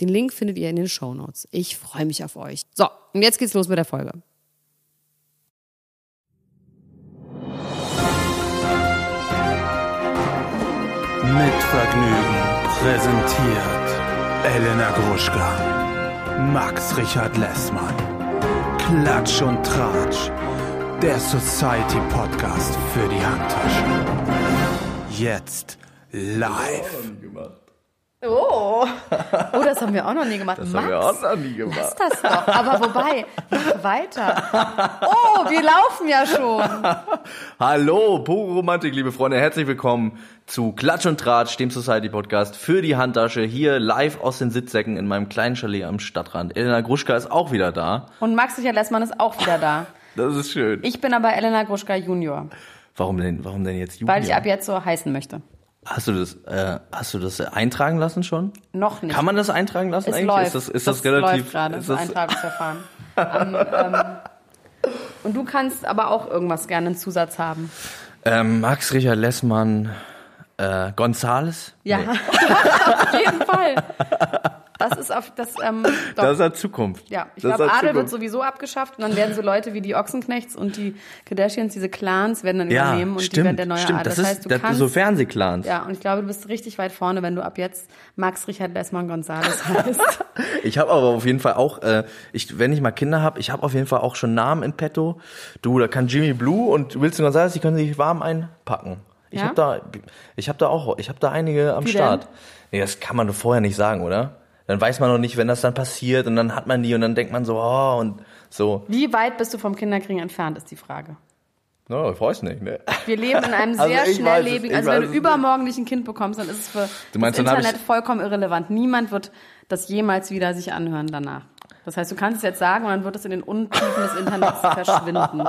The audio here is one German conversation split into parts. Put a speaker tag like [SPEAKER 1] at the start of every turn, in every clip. [SPEAKER 1] Den Link findet ihr in den Shownotes. Ich freue mich auf euch. So, und jetzt geht's los mit der Folge.
[SPEAKER 2] Mit Vergnügen präsentiert Elena Gruschka, Max Richard Lessmann, Klatsch und Tratsch, der Society Podcast für die Handtasche. Jetzt live.
[SPEAKER 3] Oh. oh, das haben wir auch noch nie gemacht.
[SPEAKER 4] Das
[SPEAKER 3] Max,
[SPEAKER 4] haben wir auch noch nie gemacht.
[SPEAKER 3] lass das doch. Aber wobei, mach weiter. Oh, wir laufen ja schon.
[SPEAKER 4] Hallo, pure Romantik, liebe Freunde. Herzlich willkommen zu Klatsch und Tratsch, dem Society Podcast für die Handtasche. Hier live aus den Sitzsäcken in meinem kleinen Chalet am Stadtrand. Elena Gruschka ist auch wieder da.
[SPEAKER 3] Und Max Richard Lessmann ist auch wieder da.
[SPEAKER 4] Das ist schön.
[SPEAKER 3] Ich bin aber Elena Gruschka Junior,
[SPEAKER 4] warum denn, warum denn jetzt Julia?
[SPEAKER 3] weil ich ab jetzt so heißen möchte.
[SPEAKER 4] hast du das, äh, hast du das eintragen lassen schon?
[SPEAKER 3] Noch nicht.
[SPEAKER 4] Kann man das eintragen lassen
[SPEAKER 3] es
[SPEAKER 4] eigentlich?
[SPEAKER 3] läuft.
[SPEAKER 4] Ist das, ist das,
[SPEAKER 3] das läuft
[SPEAKER 4] relativ,
[SPEAKER 3] gerade,
[SPEAKER 4] ist
[SPEAKER 3] das
[SPEAKER 4] das,
[SPEAKER 3] Eintragungsverfahren. Am, ähm, und du kannst aber auch irgendwas gerne einen Zusatz haben.
[SPEAKER 4] ähm, Max Richard Lessmann, äh, Gonzales?
[SPEAKER 3] Ja,
[SPEAKER 4] Nee.
[SPEAKER 3] auf jeden Fall. Das ist auf das ähm, doch.
[SPEAKER 4] Das hat Zukunft.
[SPEAKER 3] Ja, ich
[SPEAKER 4] Das
[SPEAKER 3] glaube,
[SPEAKER 4] hat
[SPEAKER 3] Adel
[SPEAKER 4] Zukunft.
[SPEAKER 3] wird sowieso abgeschafft und dann werden so Leute wie die Ochsenknechts und die Kardashians, diese Clans, werden dann übernehmen und die werden der neue
[SPEAKER 4] stimmt.
[SPEAKER 3] Adel.
[SPEAKER 4] Das,
[SPEAKER 3] Das, heißt, du
[SPEAKER 4] ist das,
[SPEAKER 3] kannst.
[SPEAKER 4] so Fernsehclans.
[SPEAKER 3] ja, und ich glaube, du bist richtig weit vorne, wenn du ab jetzt Max Richard Lessmann Gonzales heißt.
[SPEAKER 4] Ich habe aber auf jeden Fall auch, äh, ich, wenn ich mal Kinder habe, ich habe auf jeden Fall auch schon Namen in petto. Du, da kann Jimmy Blue und Wilson Gonzalez, die können sich warm einpacken. Ich
[SPEAKER 3] Ja?
[SPEAKER 4] habe da, ich habe da auch, ich habe da einige am
[SPEAKER 3] Wie
[SPEAKER 4] Start.
[SPEAKER 3] denn?
[SPEAKER 4] Nee, das kann man doch vorher nicht sagen, oder? Dann weiß man noch nicht, wenn das dann passiert und dann hat man die und dann denkt man so, oh, und so.
[SPEAKER 3] Wie weit bist du vom Kinderkriegen entfernt, ist die Frage.
[SPEAKER 4] No, ich weiß nicht, ne?
[SPEAKER 3] Wir leben in einem
[SPEAKER 4] Also ich weiß
[SPEAKER 3] sehr
[SPEAKER 4] es, ich
[SPEAKER 3] schnelllebigen, also wenn
[SPEAKER 4] weiß
[SPEAKER 3] du
[SPEAKER 4] es
[SPEAKER 3] übermorgen nicht ein Kind bekommst, dann ist es für
[SPEAKER 4] meinst,
[SPEAKER 3] das
[SPEAKER 4] dann hab
[SPEAKER 3] Internet
[SPEAKER 4] ich-
[SPEAKER 3] vollkommen irrelevant. Niemand wird das jemals wieder sich anhören danach. Das heißt, du kannst es jetzt sagen und dann wird es in den Untiefen des Internets verschwinden.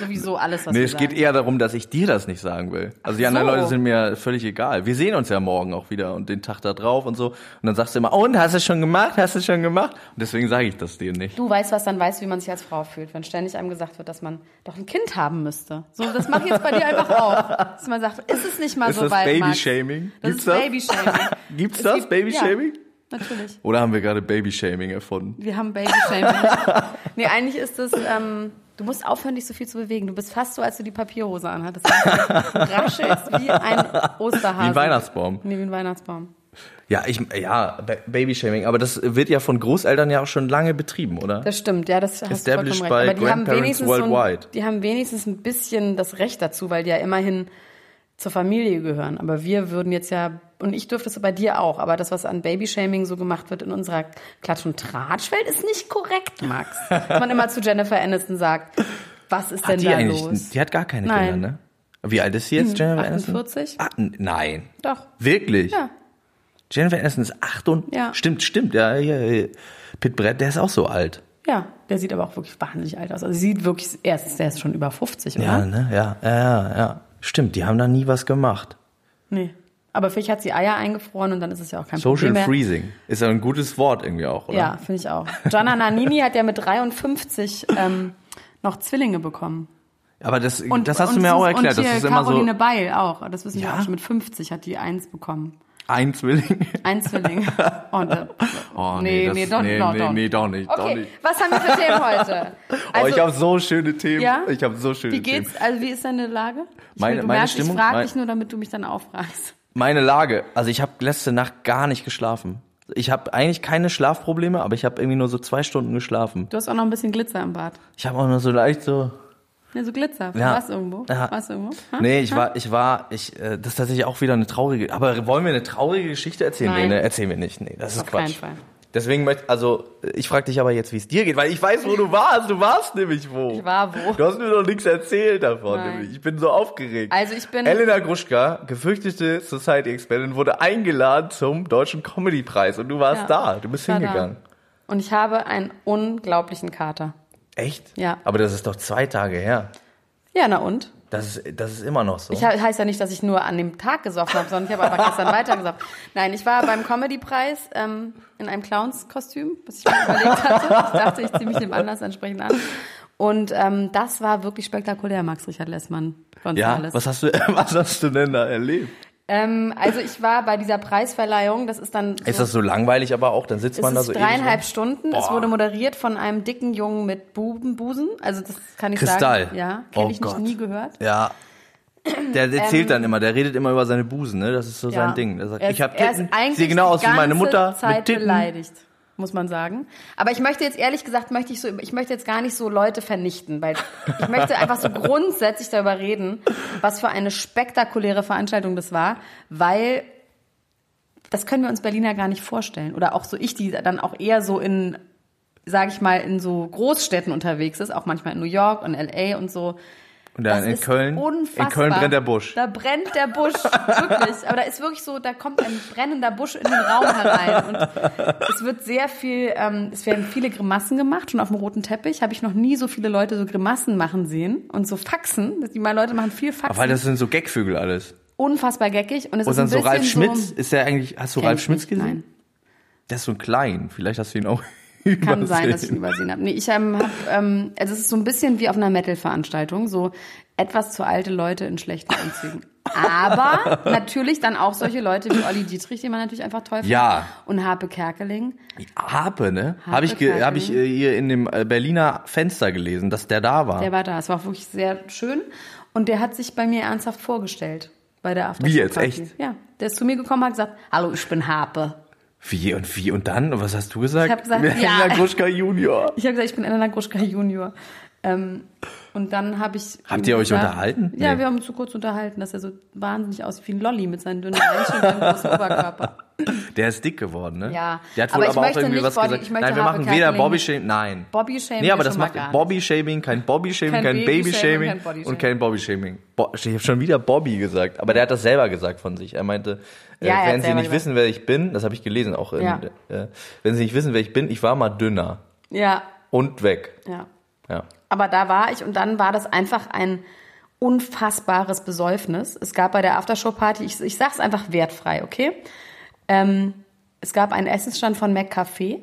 [SPEAKER 3] Sowieso alles, was
[SPEAKER 4] Nee,
[SPEAKER 3] wir
[SPEAKER 4] es
[SPEAKER 3] sagen.
[SPEAKER 4] geht eher darum, dass ich dir das nicht sagen will. Also die
[SPEAKER 3] Ach
[SPEAKER 4] anderen
[SPEAKER 3] so.
[SPEAKER 4] Leute sind mir völlig egal. Wir sehen uns ja morgen auch wieder und den Tag da drauf und so. Und dann sagst du immer, und hast du es schon gemacht? Hast du es schon gemacht? Und deswegen sage ich das dir nicht.
[SPEAKER 3] Du weißt, was dann weißt, wie man sich als Frau fühlt, wenn ständig einem gesagt wird, dass man doch ein Kind haben müsste. So, das mache ich jetzt bei dir einfach auch. Dass man sagt, ist es nicht mal
[SPEAKER 4] Ist
[SPEAKER 3] so
[SPEAKER 4] das
[SPEAKER 3] weit, Max?
[SPEAKER 4] Babyshaming?
[SPEAKER 3] Das
[SPEAKER 4] Gibt's
[SPEAKER 3] ist
[SPEAKER 4] das?
[SPEAKER 3] Babyshaming.
[SPEAKER 4] Gibt's
[SPEAKER 3] Es
[SPEAKER 4] das,
[SPEAKER 3] gibt-
[SPEAKER 4] Babyshaming?
[SPEAKER 3] Ja, natürlich.
[SPEAKER 4] Oder haben wir gerade Babyshaming erfunden?
[SPEAKER 3] Wir haben Babyshaming. nee, eigentlich ist es, ähm, du musst aufhören, dich so viel zu bewegen. Du bist fast so, als du die Papierhose anhattest. Du raschelst wie ein Osterhase.
[SPEAKER 4] Wie ein Weihnachtsbaum.
[SPEAKER 3] Nee, wie ein Weihnachtsbaum.
[SPEAKER 4] Ja, ich, ja, Ba- Babyshaming. Aber das wird ja von Großeltern ja auch schon lange betrieben, oder?
[SPEAKER 3] Das stimmt, ja, das hast du vollkommen
[SPEAKER 4] Established
[SPEAKER 3] recht.
[SPEAKER 4] by
[SPEAKER 3] Aber die haben,
[SPEAKER 4] grandparents
[SPEAKER 3] wenigstens so ein,
[SPEAKER 4] worldwide.
[SPEAKER 3] die haben wenigstens ein bisschen das Recht dazu, weil die ja immerhin zur Familie gehören. Aber wir würden jetzt ja, und ich dürfte es bei dir auch, aber das, was an Babyshaming so gemacht wird in unserer Klatsch- und Tratschwelt, ist nicht korrekt, Max. Dass man immer zu Jennifer Aniston sagt, was ist denn
[SPEAKER 4] die
[SPEAKER 3] da
[SPEAKER 4] eigentlich,
[SPEAKER 3] los?
[SPEAKER 4] die hat gar keine
[SPEAKER 3] Nein. Hm,
[SPEAKER 4] Kinder, ne? Wie alt ist sie jetzt, Jennifer Aniston?
[SPEAKER 3] 48?
[SPEAKER 4] Ah, n- nein.
[SPEAKER 3] Doch.
[SPEAKER 4] Wirklich?
[SPEAKER 3] Ja.
[SPEAKER 4] Jennifer Aniston ist 88.
[SPEAKER 3] Ja.
[SPEAKER 4] Stimmt, stimmt. Ja, ja, ja. Pitt Brett, der ist auch so alt.
[SPEAKER 3] Ja, der sieht aber auch wirklich wahnsinnig alt aus. Also sie sieht wirklich, erstens, der ist schon über 50, oder?
[SPEAKER 4] Ja, ne? Ja, ja, ja, ja. Stimmt, die haben da nie was gemacht.
[SPEAKER 3] Nee. Aber vielleicht hat sie Eier eingefroren und dann ist es ja auch kein
[SPEAKER 4] Social
[SPEAKER 3] Problem mehr.
[SPEAKER 4] Freezing ist ja ein gutes Wort irgendwie auch, oder?
[SPEAKER 3] Ja, finde ich auch. Gianna Nannini hat ja mit 53 ähm, noch Zwillinge bekommen.
[SPEAKER 4] Aber das, das hast du mir
[SPEAKER 3] Sus-
[SPEAKER 4] auch erklärt.
[SPEAKER 3] Und
[SPEAKER 4] Das
[SPEAKER 3] hier
[SPEAKER 4] ist immer
[SPEAKER 3] Caroline
[SPEAKER 4] so
[SPEAKER 3] Beil auch. Das wissen wir
[SPEAKER 4] Ja?
[SPEAKER 3] auch schon. Mit 50 hat die eins bekommen.
[SPEAKER 4] ein Zwilling.
[SPEAKER 3] Ein Zwilling. Und, äh,
[SPEAKER 4] Oh,
[SPEAKER 3] nee, nee, doch,
[SPEAKER 4] nee,
[SPEAKER 3] doch,
[SPEAKER 4] nee,
[SPEAKER 3] doch.
[SPEAKER 4] nee, doch nicht. Doch
[SPEAKER 3] okay,
[SPEAKER 4] nicht.
[SPEAKER 3] was haben wir für Themen heute?
[SPEAKER 4] oh, ich habe so schöne Themen.
[SPEAKER 3] ja?
[SPEAKER 4] Ich habe so schöne
[SPEAKER 3] wie geht's?
[SPEAKER 4] Themen.
[SPEAKER 3] Also wie ist deine Lage? Ich
[SPEAKER 4] Meine-
[SPEAKER 3] will- du
[SPEAKER 4] meine
[SPEAKER 3] merkst,
[SPEAKER 4] Stimmung-
[SPEAKER 3] Ich frage
[SPEAKER 4] mein-
[SPEAKER 3] dich nur, damit du mich dann auffragst.
[SPEAKER 4] Meine Lage, also ich habe letzte Nacht gar nicht geschlafen. Ich habe eigentlich keine Schlafprobleme, aber ich habe irgendwie nur so zwei Stunden geschlafen.
[SPEAKER 3] Du hast auch noch ein bisschen Glitzer im Bart.
[SPEAKER 4] Ich habe auch nur so leicht so
[SPEAKER 3] Ja, so Glitzer.
[SPEAKER 4] Ja.
[SPEAKER 3] Warst du irgendwo?
[SPEAKER 4] Ja.
[SPEAKER 3] Warst du irgendwo? Ha?
[SPEAKER 4] Nee, ich war, ich war, ich, äh, das ist tatsächlich auch wieder eine traurige, aber wollen wir eine traurige Geschichte erzählen?
[SPEAKER 3] Nein.
[SPEAKER 4] Nee, ne, erzählen wir nicht. Nee, das ist
[SPEAKER 3] Auf
[SPEAKER 4] Quatsch.
[SPEAKER 3] keinen Fall.
[SPEAKER 4] Deswegen möchte, also, ich frage dich aber jetzt, wie es dir geht, weil ich weiß, wo du warst. Du warst nämlich wo.
[SPEAKER 3] Ich war wo.
[SPEAKER 4] Du hast mir noch nichts erzählt davon.
[SPEAKER 3] Nein.
[SPEAKER 4] Nämlich. Ich bin so aufgeregt.
[SPEAKER 3] Also ich bin-
[SPEAKER 4] Elena Gruschka, gefürchtete Society-Expertin, wurde eingeladen zum Deutschen Comedy-Preis und du warst da.
[SPEAKER 3] Ja.
[SPEAKER 4] Du bist
[SPEAKER 3] Ich war da.
[SPEAKER 4] hingegangen.
[SPEAKER 3] Und ich habe einen unglaublichen Kater.
[SPEAKER 4] Echt?
[SPEAKER 3] Ja.
[SPEAKER 4] Aber das ist doch zwei Tage her.
[SPEAKER 3] Ja, na und?
[SPEAKER 4] Das ist, das ist immer noch so.
[SPEAKER 3] Ich he- heißt ja nicht, dass ich nur an dem Tag gesoffen habe, sondern ich habe einfach gestern weitergesoffen. Nein, ich war beim Comedy-Preis ähm, in einem Clowns-Kostüm, was ich mir überlegt hatte. Ich dachte, ich ziehe mich dem Anlass entsprechend an. Und ähm, das war wirklich spektakulär, Max-Richard Lessmann.
[SPEAKER 4] ja,
[SPEAKER 3] Gonzales.
[SPEAKER 4] was hast, du, was hast du denn da erlebt?
[SPEAKER 3] ähm, also ich war bei dieser Preisverleihung, das ist dann...
[SPEAKER 4] Ist das so langweilig aber auch? Dann sitzt
[SPEAKER 3] es
[SPEAKER 4] man da
[SPEAKER 3] ist
[SPEAKER 4] so ewig
[SPEAKER 3] dreieinhalb
[SPEAKER 4] rum?
[SPEAKER 3] Stunden. Es
[SPEAKER 4] Boah.
[SPEAKER 3] wurde moderiert von einem dicken Jungen mit Bubenbusen. Also das kann ich
[SPEAKER 4] Kristall.
[SPEAKER 3] sagen. Ja, kenne
[SPEAKER 4] Oh
[SPEAKER 3] ich nicht,
[SPEAKER 4] Gott.
[SPEAKER 3] nie gehört.
[SPEAKER 4] Ja. Der erzählt dann immer, der redet immer über seine Busen, ne? Das ist so
[SPEAKER 3] Ähm, Ja.
[SPEAKER 4] sein Ding. Der sagt,
[SPEAKER 3] Er ist-
[SPEAKER 4] ich habe
[SPEAKER 3] er ist
[SPEAKER 4] Titten,
[SPEAKER 3] eigentlich
[SPEAKER 4] sehe genau
[SPEAKER 3] die
[SPEAKER 4] aus wie meine
[SPEAKER 3] ganze
[SPEAKER 4] Mutter mit
[SPEAKER 3] Zeit
[SPEAKER 4] Titten.
[SPEAKER 3] beleidigt, muss man sagen. Aber ich möchte jetzt ehrlich gesagt, möchte ich so, ich möchte jetzt gar nicht so Leute vernichten, weil ich möchte einfach so grundsätzlich darüber reden, was für eine spektakuläre Veranstaltung das war, weil das können wir uns Berliner gar nicht vorstellen. Oder auch so ich, die dann auch eher so in, sage ich mal, in so Großstädten unterwegs ist, auch manchmal in New York und LA und so.
[SPEAKER 4] Und dann
[SPEAKER 3] Das
[SPEAKER 4] in
[SPEAKER 3] ist
[SPEAKER 4] Köln,
[SPEAKER 3] Unfassbar.
[SPEAKER 4] in Köln brennt der Busch.
[SPEAKER 3] Da brennt der Busch, wirklich. Aber da ist wirklich so, da kommt ein brennender Busch in den Raum herein. Und es wird sehr viel, ähm, es werden viele Grimassen gemacht, schon auf dem roten Teppich. Habe ich noch nie so viele Leute so Grimassen machen sehen und so Faxen. Die mal Leute machen viel Faxen.
[SPEAKER 4] Aber das sind so Gagvögel alles.
[SPEAKER 3] Unfassbar geckig. Und es
[SPEAKER 4] Und
[SPEAKER 3] ist ein
[SPEAKER 4] dann so
[SPEAKER 3] bisschen
[SPEAKER 4] Ralf Schmitz,
[SPEAKER 3] So,
[SPEAKER 4] ist der eigentlich, hast du
[SPEAKER 3] Kenn
[SPEAKER 4] Ralf
[SPEAKER 3] ich
[SPEAKER 4] Schmitz
[SPEAKER 3] nicht,
[SPEAKER 4] gesehen?
[SPEAKER 3] nein.
[SPEAKER 4] Der ist so ein klein, vielleicht hast du ihn auch
[SPEAKER 3] Kann
[SPEAKER 4] übersehen.
[SPEAKER 3] sein, dass ich ihn übersehen habe. Nee, ich ähm, habe, ähm, also es ist so ein bisschen wie auf einer Metal-Veranstaltung, so etwas zu alte Leute in schlechten Anzügen. Aber natürlich dann auch solche Leute wie Olli Dietrich, den man natürlich einfach toll findet.
[SPEAKER 4] Ja.
[SPEAKER 3] Und Harpe Kerkeling.
[SPEAKER 4] Harpe, ne? Habe ich, ge-
[SPEAKER 3] Kerkeling.
[SPEAKER 4] hab ich äh, hier in dem äh, Berliner Fenster gelesen, dass der da war.
[SPEAKER 3] Der war da. Es war wirklich sehr schön. Und der hat sich bei mir ernsthaft vorgestellt. Bei der After
[SPEAKER 4] Wie jetzt? Echt?
[SPEAKER 3] Ja. Der ist zu mir gekommen und hat gesagt, hallo, ich bin Harpe.
[SPEAKER 4] wie und wie und dann? Und was hast du gesagt?
[SPEAKER 3] Ich hab gesagt,
[SPEAKER 4] Berliner
[SPEAKER 3] ja.
[SPEAKER 4] Gruschka Junior.
[SPEAKER 3] Ich habe gesagt, ich bin Elena Gruschka Junior. Ähm, und dann habe ich.
[SPEAKER 4] Habt ihr euch
[SPEAKER 3] gesagt-
[SPEAKER 4] unterhalten?
[SPEAKER 3] Ja,
[SPEAKER 4] Nee.
[SPEAKER 3] wir haben uns so kurz unterhalten, dass er so wahnsinnig aussieht wie ein Lolli mit seinen dünnen Beinchen und seinem großen Oberkörper.
[SPEAKER 4] Der ist dick geworden, ne?
[SPEAKER 3] Ja.
[SPEAKER 4] Der hat wohl
[SPEAKER 3] Aber ich
[SPEAKER 4] aber, auch
[SPEAKER 3] möchte
[SPEAKER 4] irgendwie
[SPEAKER 3] nicht
[SPEAKER 4] was
[SPEAKER 3] Body-
[SPEAKER 4] gesagt.
[SPEAKER 3] ich möchte
[SPEAKER 4] Nein, wir
[SPEAKER 3] Harpe
[SPEAKER 4] machen weder
[SPEAKER 3] Kerkeling-
[SPEAKER 4] Body-Shaming, nein.
[SPEAKER 3] Body-Shaming
[SPEAKER 4] Nee, aber
[SPEAKER 3] schon
[SPEAKER 4] das
[SPEAKER 3] mal
[SPEAKER 4] macht
[SPEAKER 3] gar nicht.
[SPEAKER 4] Bobby-Shaming, kein Bobby-Shaming,
[SPEAKER 3] Kein
[SPEAKER 4] kein
[SPEAKER 3] Baby-Shaming,
[SPEAKER 4] Baby-Shaming
[SPEAKER 3] kein Body-Shaming.
[SPEAKER 4] und kein Bobby-Shaming. Bo ich habe schon wieder Bobby gesagt, aber der hat das selber gesagt von sich. Er meinte,
[SPEAKER 3] Ja, er
[SPEAKER 4] äh,
[SPEAKER 3] hat
[SPEAKER 4] wenn Sie
[SPEAKER 3] selber
[SPEAKER 4] nicht
[SPEAKER 3] gesagt.
[SPEAKER 4] wissen, wer ich bin, das habe ich gelesen auch, in,
[SPEAKER 3] Ja.
[SPEAKER 4] äh, wenn Sie nicht wissen, wer ich bin, ich war mal dünner
[SPEAKER 3] Ja,
[SPEAKER 4] und weg.
[SPEAKER 3] ja.
[SPEAKER 4] Ja.
[SPEAKER 3] Aber da war ich und dann war das einfach ein unfassbares Besäufnis. Es gab bei der Aftershow-Party, ich, ich sag's einfach wertfrei, okay? Ähm, es gab einen Essensstand von McCafé.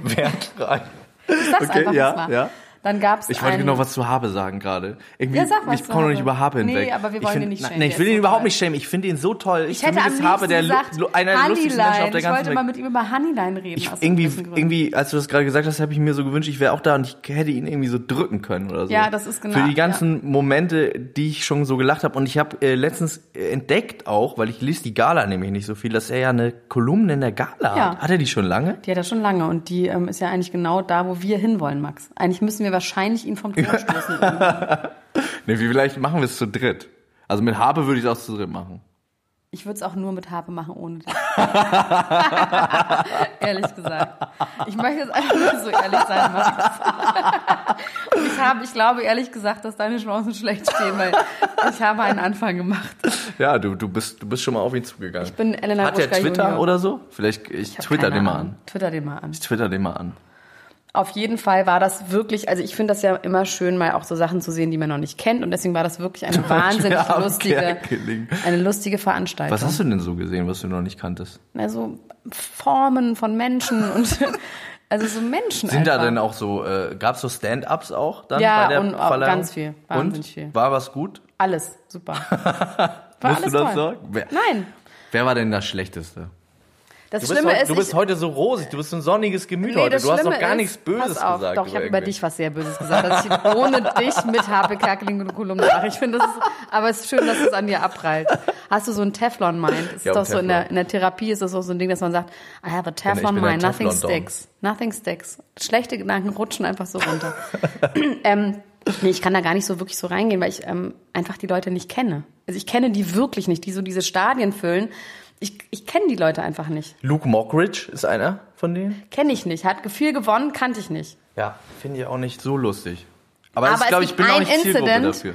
[SPEAKER 4] Wertfrei.
[SPEAKER 3] Ich sag's
[SPEAKER 4] Okay,
[SPEAKER 3] einfach
[SPEAKER 4] ja,
[SPEAKER 3] mal.
[SPEAKER 4] ja.
[SPEAKER 3] Dann gab's
[SPEAKER 4] Ich wollte
[SPEAKER 3] einen-
[SPEAKER 4] genau was zu Habe sagen gerade. Irgendwie,
[SPEAKER 3] Ja, sag was
[SPEAKER 4] ich
[SPEAKER 3] zu
[SPEAKER 4] komme noch nicht
[SPEAKER 3] Habe.
[SPEAKER 4] über Habe
[SPEAKER 3] Nee,
[SPEAKER 4] hinweg.
[SPEAKER 3] aber wir
[SPEAKER 4] Ich
[SPEAKER 3] wollen
[SPEAKER 4] find-
[SPEAKER 3] ihn nicht
[SPEAKER 4] nein,
[SPEAKER 3] schämen,
[SPEAKER 4] Nee,
[SPEAKER 3] der
[SPEAKER 4] ich will
[SPEAKER 3] ist
[SPEAKER 4] ihn
[SPEAKER 3] so
[SPEAKER 4] überhaupt
[SPEAKER 3] toll.
[SPEAKER 4] nicht schämen. Ich finde ihn so toll.
[SPEAKER 3] Ich
[SPEAKER 4] Für
[SPEAKER 3] hätte
[SPEAKER 4] mich
[SPEAKER 3] am
[SPEAKER 4] ist
[SPEAKER 3] liebsten
[SPEAKER 4] Habe der lu-
[SPEAKER 3] gesagt,
[SPEAKER 4] lu- einer der lustigsten Menschen auf
[SPEAKER 3] Honeyline.
[SPEAKER 4] der
[SPEAKER 3] Ich
[SPEAKER 4] ganzen
[SPEAKER 3] wollte
[SPEAKER 4] Welt.
[SPEAKER 3] mal mit ihm über Honeyline reden.
[SPEAKER 4] Ich
[SPEAKER 3] aus
[SPEAKER 4] irgendwie,
[SPEAKER 3] irgendwelchen Gründen.
[SPEAKER 4] irgendwie, als du das gerade gesagt hast, habe ich mir so gewünscht, ich wäre auch da und ich hätte ihn irgendwie so drücken können oder so.
[SPEAKER 3] Ja, das ist genau-
[SPEAKER 4] Für die ganzen Momente, die ich schon so gelacht habe. Und ich habe äh, letztens äh, entdeckt auch, weil ich lese die Gala nämlich nicht so viel, dass er ja eine Kolumne in der Gala
[SPEAKER 3] Ja.
[SPEAKER 4] hat. Hat er die schon lange?
[SPEAKER 3] Die hat er schon lange und die ähm, ist ja eigentlich genau da, wo wir hinwollen, Max. Eigentlich müssen wir wahrscheinlich ihn vom Thron stoßen.
[SPEAKER 4] Nee, wie vielleicht machen wir es zu dritt. Also mit Habe würde ich es auch zu dritt machen.
[SPEAKER 3] Ich würde es auch nur mit Harpe machen, ohne dich. ehrlich gesagt. Ich möchte jetzt einfach nur so ehrlich sein, Max. Und ich, habe, ich glaube ehrlich gesagt, dass deine Chancen schlecht stehen, weil ich habe einen Anfang gemacht.
[SPEAKER 4] Ja, du, du, bist, du bist schon mal auf ihn zugegangen. Ich
[SPEAKER 3] bin Elena
[SPEAKER 4] Hat der
[SPEAKER 3] Gruschka
[SPEAKER 4] Twitter
[SPEAKER 3] Junior.
[SPEAKER 4] oder so? Vielleicht, ich,
[SPEAKER 3] Ich hab
[SPEAKER 4] twitter
[SPEAKER 3] keine
[SPEAKER 4] den mal
[SPEAKER 3] Ahnung.
[SPEAKER 4] an.
[SPEAKER 3] Twitter den mal an.
[SPEAKER 4] Ich twitter den mal an.
[SPEAKER 3] Auf jeden Fall war das wirklich, also ich finde das ja immer schön, mal auch so Sachen zu sehen, die man noch nicht kennt. Und deswegen war das wirklich eine wahnsinnig
[SPEAKER 4] Am
[SPEAKER 3] lustige,
[SPEAKER 4] Kerkeling.
[SPEAKER 3] eine lustige Veranstaltung.
[SPEAKER 4] Was hast du denn so gesehen, was du noch nicht kanntest?
[SPEAKER 3] Also Formen von Menschen und also so Menschen.
[SPEAKER 4] Sind da
[SPEAKER 3] einfach.
[SPEAKER 4] denn auch so, äh, gab's so Stand-Ups auch dann
[SPEAKER 3] Ja,
[SPEAKER 4] bei der
[SPEAKER 3] und auch
[SPEAKER 4] Verleihung?
[SPEAKER 3] ganz viel, wahnsinnig
[SPEAKER 4] und?
[SPEAKER 3] viel.
[SPEAKER 4] War was gut?
[SPEAKER 3] Alles super. War
[SPEAKER 4] Willst du das
[SPEAKER 3] toll.
[SPEAKER 4] sagen? Wer,
[SPEAKER 3] Nein.
[SPEAKER 4] wer war denn das Schlechteste?
[SPEAKER 3] Das
[SPEAKER 4] Du bist,
[SPEAKER 3] Schlimme
[SPEAKER 4] heute,
[SPEAKER 3] ist,
[SPEAKER 4] du bist
[SPEAKER 3] ich,
[SPEAKER 4] heute so rosig, du bist so ein sonniges Gemüt
[SPEAKER 3] nee,
[SPEAKER 4] heute.
[SPEAKER 3] das
[SPEAKER 4] Du hast noch
[SPEAKER 3] Schlimme
[SPEAKER 4] gar
[SPEAKER 3] ist,
[SPEAKER 4] nichts Böses
[SPEAKER 3] pass auf,
[SPEAKER 4] gesagt.
[SPEAKER 3] Doch, ich habe über
[SPEAKER 4] irgendwen.
[SPEAKER 3] dich was sehr Böses gesagt, dass ich ohne dich mit Habe Kerkeling und Kolumne mache. Ich finde, das ist, aber es ist schön, dass es an dir abprallt. Hast du so ein Teflon-Mind? Es Ist
[SPEAKER 4] Ja,
[SPEAKER 3] doch
[SPEAKER 4] ein
[SPEAKER 3] so in der,
[SPEAKER 4] Teflon.
[SPEAKER 3] in der Therapie ist das auch so ein Ding, dass man sagt, I have a
[SPEAKER 4] ich bin ein
[SPEAKER 3] Teflon-Mind, nothing
[SPEAKER 4] Teflon-Dom.
[SPEAKER 3] sticks, nothing sticks. Schlechte Gedanken rutschen einfach so runter. ähm, nee, ich kann da gar nicht so wirklich so reingehen, weil ich ähm, einfach die Leute nicht kenne. Also ich kenne die wirklich nicht, die so diese Stadien füllen. Ich, ich kenne die Leute einfach nicht.
[SPEAKER 4] Luke Mockridge ist einer von denen.
[SPEAKER 3] Kenne ich nicht. Hat viel gewonnen, kannte ich nicht.
[SPEAKER 4] Ja, finde ich auch nicht so lustig. Aber, es
[SPEAKER 3] Aber
[SPEAKER 4] ist,
[SPEAKER 3] es
[SPEAKER 4] glaube ich,
[SPEAKER 3] gibt
[SPEAKER 4] bin auch
[SPEAKER 3] ein
[SPEAKER 4] nicht Zielgruppe
[SPEAKER 3] Incident.
[SPEAKER 4] dafür.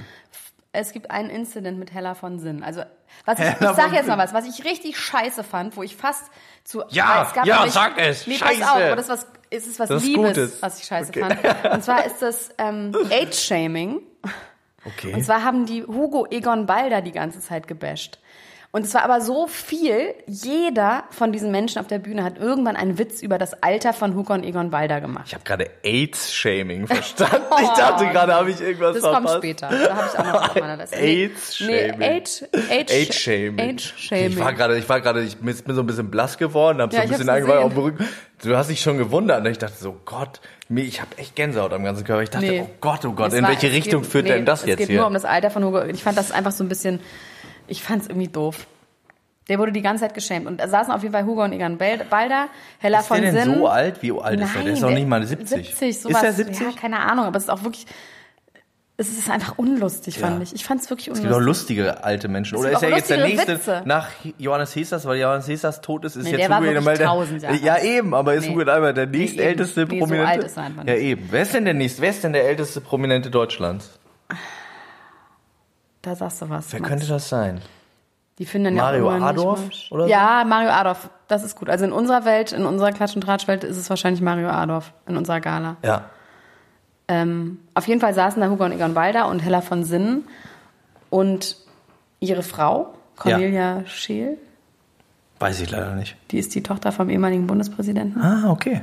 [SPEAKER 3] Es gibt einen Incident mit Hella von Sinn. Also, was ich, ich
[SPEAKER 4] Hella
[SPEAKER 3] sag
[SPEAKER 4] von
[SPEAKER 3] jetzt
[SPEAKER 4] Sinn.
[SPEAKER 3] mal was, was ich richtig scheiße fand, wo ich fast zu.
[SPEAKER 4] Ja,
[SPEAKER 3] weil
[SPEAKER 4] ja,
[SPEAKER 3] nämlich-
[SPEAKER 4] sag es,
[SPEAKER 3] Nee,
[SPEAKER 4] scheiße.
[SPEAKER 3] pass auf, aber das was, ist es was
[SPEAKER 4] Das ist
[SPEAKER 3] Liebes,
[SPEAKER 4] Gutes.
[SPEAKER 3] was ich scheiße
[SPEAKER 4] Okay.
[SPEAKER 3] fand. Und zwar ist das ähm, Age-Shaming.
[SPEAKER 4] Okay.
[SPEAKER 3] Und zwar haben die Hugo Egon Balder die ganze Zeit gebasht. Und es war aber so viel, jeder von diesen Menschen auf der Bühne hat irgendwann einen Witz über das Alter von Hugo und Egon Balder gemacht.
[SPEAKER 4] ich habe gerade AIDS-Shaming verstanden. Ich dachte gerade, habe ich irgendwas
[SPEAKER 3] Oh. Das
[SPEAKER 4] verpasst.
[SPEAKER 3] kommt später. Da habe ich auch noch auf meiner Liste.
[SPEAKER 4] AIDS-Shaming.
[SPEAKER 3] Nee, Age, Age,
[SPEAKER 4] Age-Shaming.
[SPEAKER 3] Age-Shaming.
[SPEAKER 4] Ich war gerade, ich war gerade, ich bin bin so ein bisschen blass geworden, hab
[SPEAKER 3] Ja,
[SPEAKER 4] so ein
[SPEAKER 3] ich
[SPEAKER 4] bisschen
[SPEAKER 3] hab's
[SPEAKER 4] angefangen auf
[SPEAKER 3] gesehen.
[SPEAKER 4] Rücken. Du hast dich schon gewundert. Ne? Ich dachte so, Gott, mir, ich habe echt Gänsehaut am ganzen Körper. Ich dachte,
[SPEAKER 3] Nee.
[SPEAKER 4] oh Gott, oh Gott,
[SPEAKER 3] Es
[SPEAKER 4] in
[SPEAKER 3] war-
[SPEAKER 4] welche
[SPEAKER 3] es
[SPEAKER 4] Richtung
[SPEAKER 3] geht-
[SPEAKER 4] führt
[SPEAKER 3] nee,
[SPEAKER 4] denn das
[SPEAKER 3] Es
[SPEAKER 4] jetzt
[SPEAKER 3] geht nur um
[SPEAKER 4] hier?
[SPEAKER 3] das Alter von Hugo. Ich fand das einfach so ein bisschen, ich fand es irgendwie doof. Der wurde die ganze Zeit geschämt. Und da saßen auf jeden Fall Hugo und Egan Bel- Balder, Hella
[SPEAKER 4] Ist
[SPEAKER 3] von
[SPEAKER 4] der denn
[SPEAKER 3] Sinn.
[SPEAKER 4] so alt? Wie alt ist der? Der ist doch
[SPEAKER 3] der-
[SPEAKER 4] nicht mal 70.
[SPEAKER 3] 70,
[SPEAKER 4] Ist
[SPEAKER 3] sowas.
[SPEAKER 4] der 70?
[SPEAKER 3] Ja, keine Ahnung, aber es ist auch wirklich, es ist einfach unlustig, fand
[SPEAKER 4] Ja.
[SPEAKER 3] ich. Ich fand es wirklich
[SPEAKER 4] Es gibt auch
[SPEAKER 3] unlustig.
[SPEAKER 4] lustige alte Menschen. Oder
[SPEAKER 3] gibt
[SPEAKER 4] ist ja
[SPEAKER 3] auch
[SPEAKER 4] jetzt der
[SPEAKER 3] lustigere
[SPEAKER 4] nächste
[SPEAKER 3] Witze.
[SPEAKER 4] nach Johannes Hesas, weil Johannes Hesas tot ist, ist
[SPEAKER 3] Nee,
[SPEAKER 4] jetzt
[SPEAKER 3] der war
[SPEAKER 4] Hugo
[SPEAKER 3] wirklich
[SPEAKER 4] Edelmann der-
[SPEAKER 3] 1000 Jahre
[SPEAKER 4] Ja,
[SPEAKER 3] alt.
[SPEAKER 4] eben, aber ist
[SPEAKER 3] Nee.
[SPEAKER 4] Hugo Edelmann der
[SPEAKER 3] Nee, eben.
[SPEAKER 4] nächstälteste
[SPEAKER 3] Nee, so
[SPEAKER 4] Prominente?
[SPEAKER 3] alt ist er einfach nicht.
[SPEAKER 4] Ja, eben. Wer ist denn der nächste? Wer ist denn der älteste Prominente Deutschlands?
[SPEAKER 3] Da sagst du was.
[SPEAKER 4] Wer
[SPEAKER 3] Max.
[SPEAKER 4] könnte das sein?
[SPEAKER 3] Die finden ja
[SPEAKER 4] Mario
[SPEAKER 3] auch immer
[SPEAKER 4] Adorf
[SPEAKER 3] nicht mal-
[SPEAKER 4] oder so?
[SPEAKER 3] Ja, Mario Adorf. Das ist gut. Also in unserer Welt, in unserer Klatsch- und Tratschwelt ist es wahrscheinlich Mario Adorf in unserer Gala.
[SPEAKER 4] Ja.
[SPEAKER 3] Ähm, auf jeden Fall saßen da Hugo und Egon Balder und Hella von Sinnen und ihre Frau, Cornelia Scheel,
[SPEAKER 4] Weiß ich leider nicht.
[SPEAKER 3] die ist die Tochter vom ehemaligen Bundespräsidenten.
[SPEAKER 4] Ah, okay.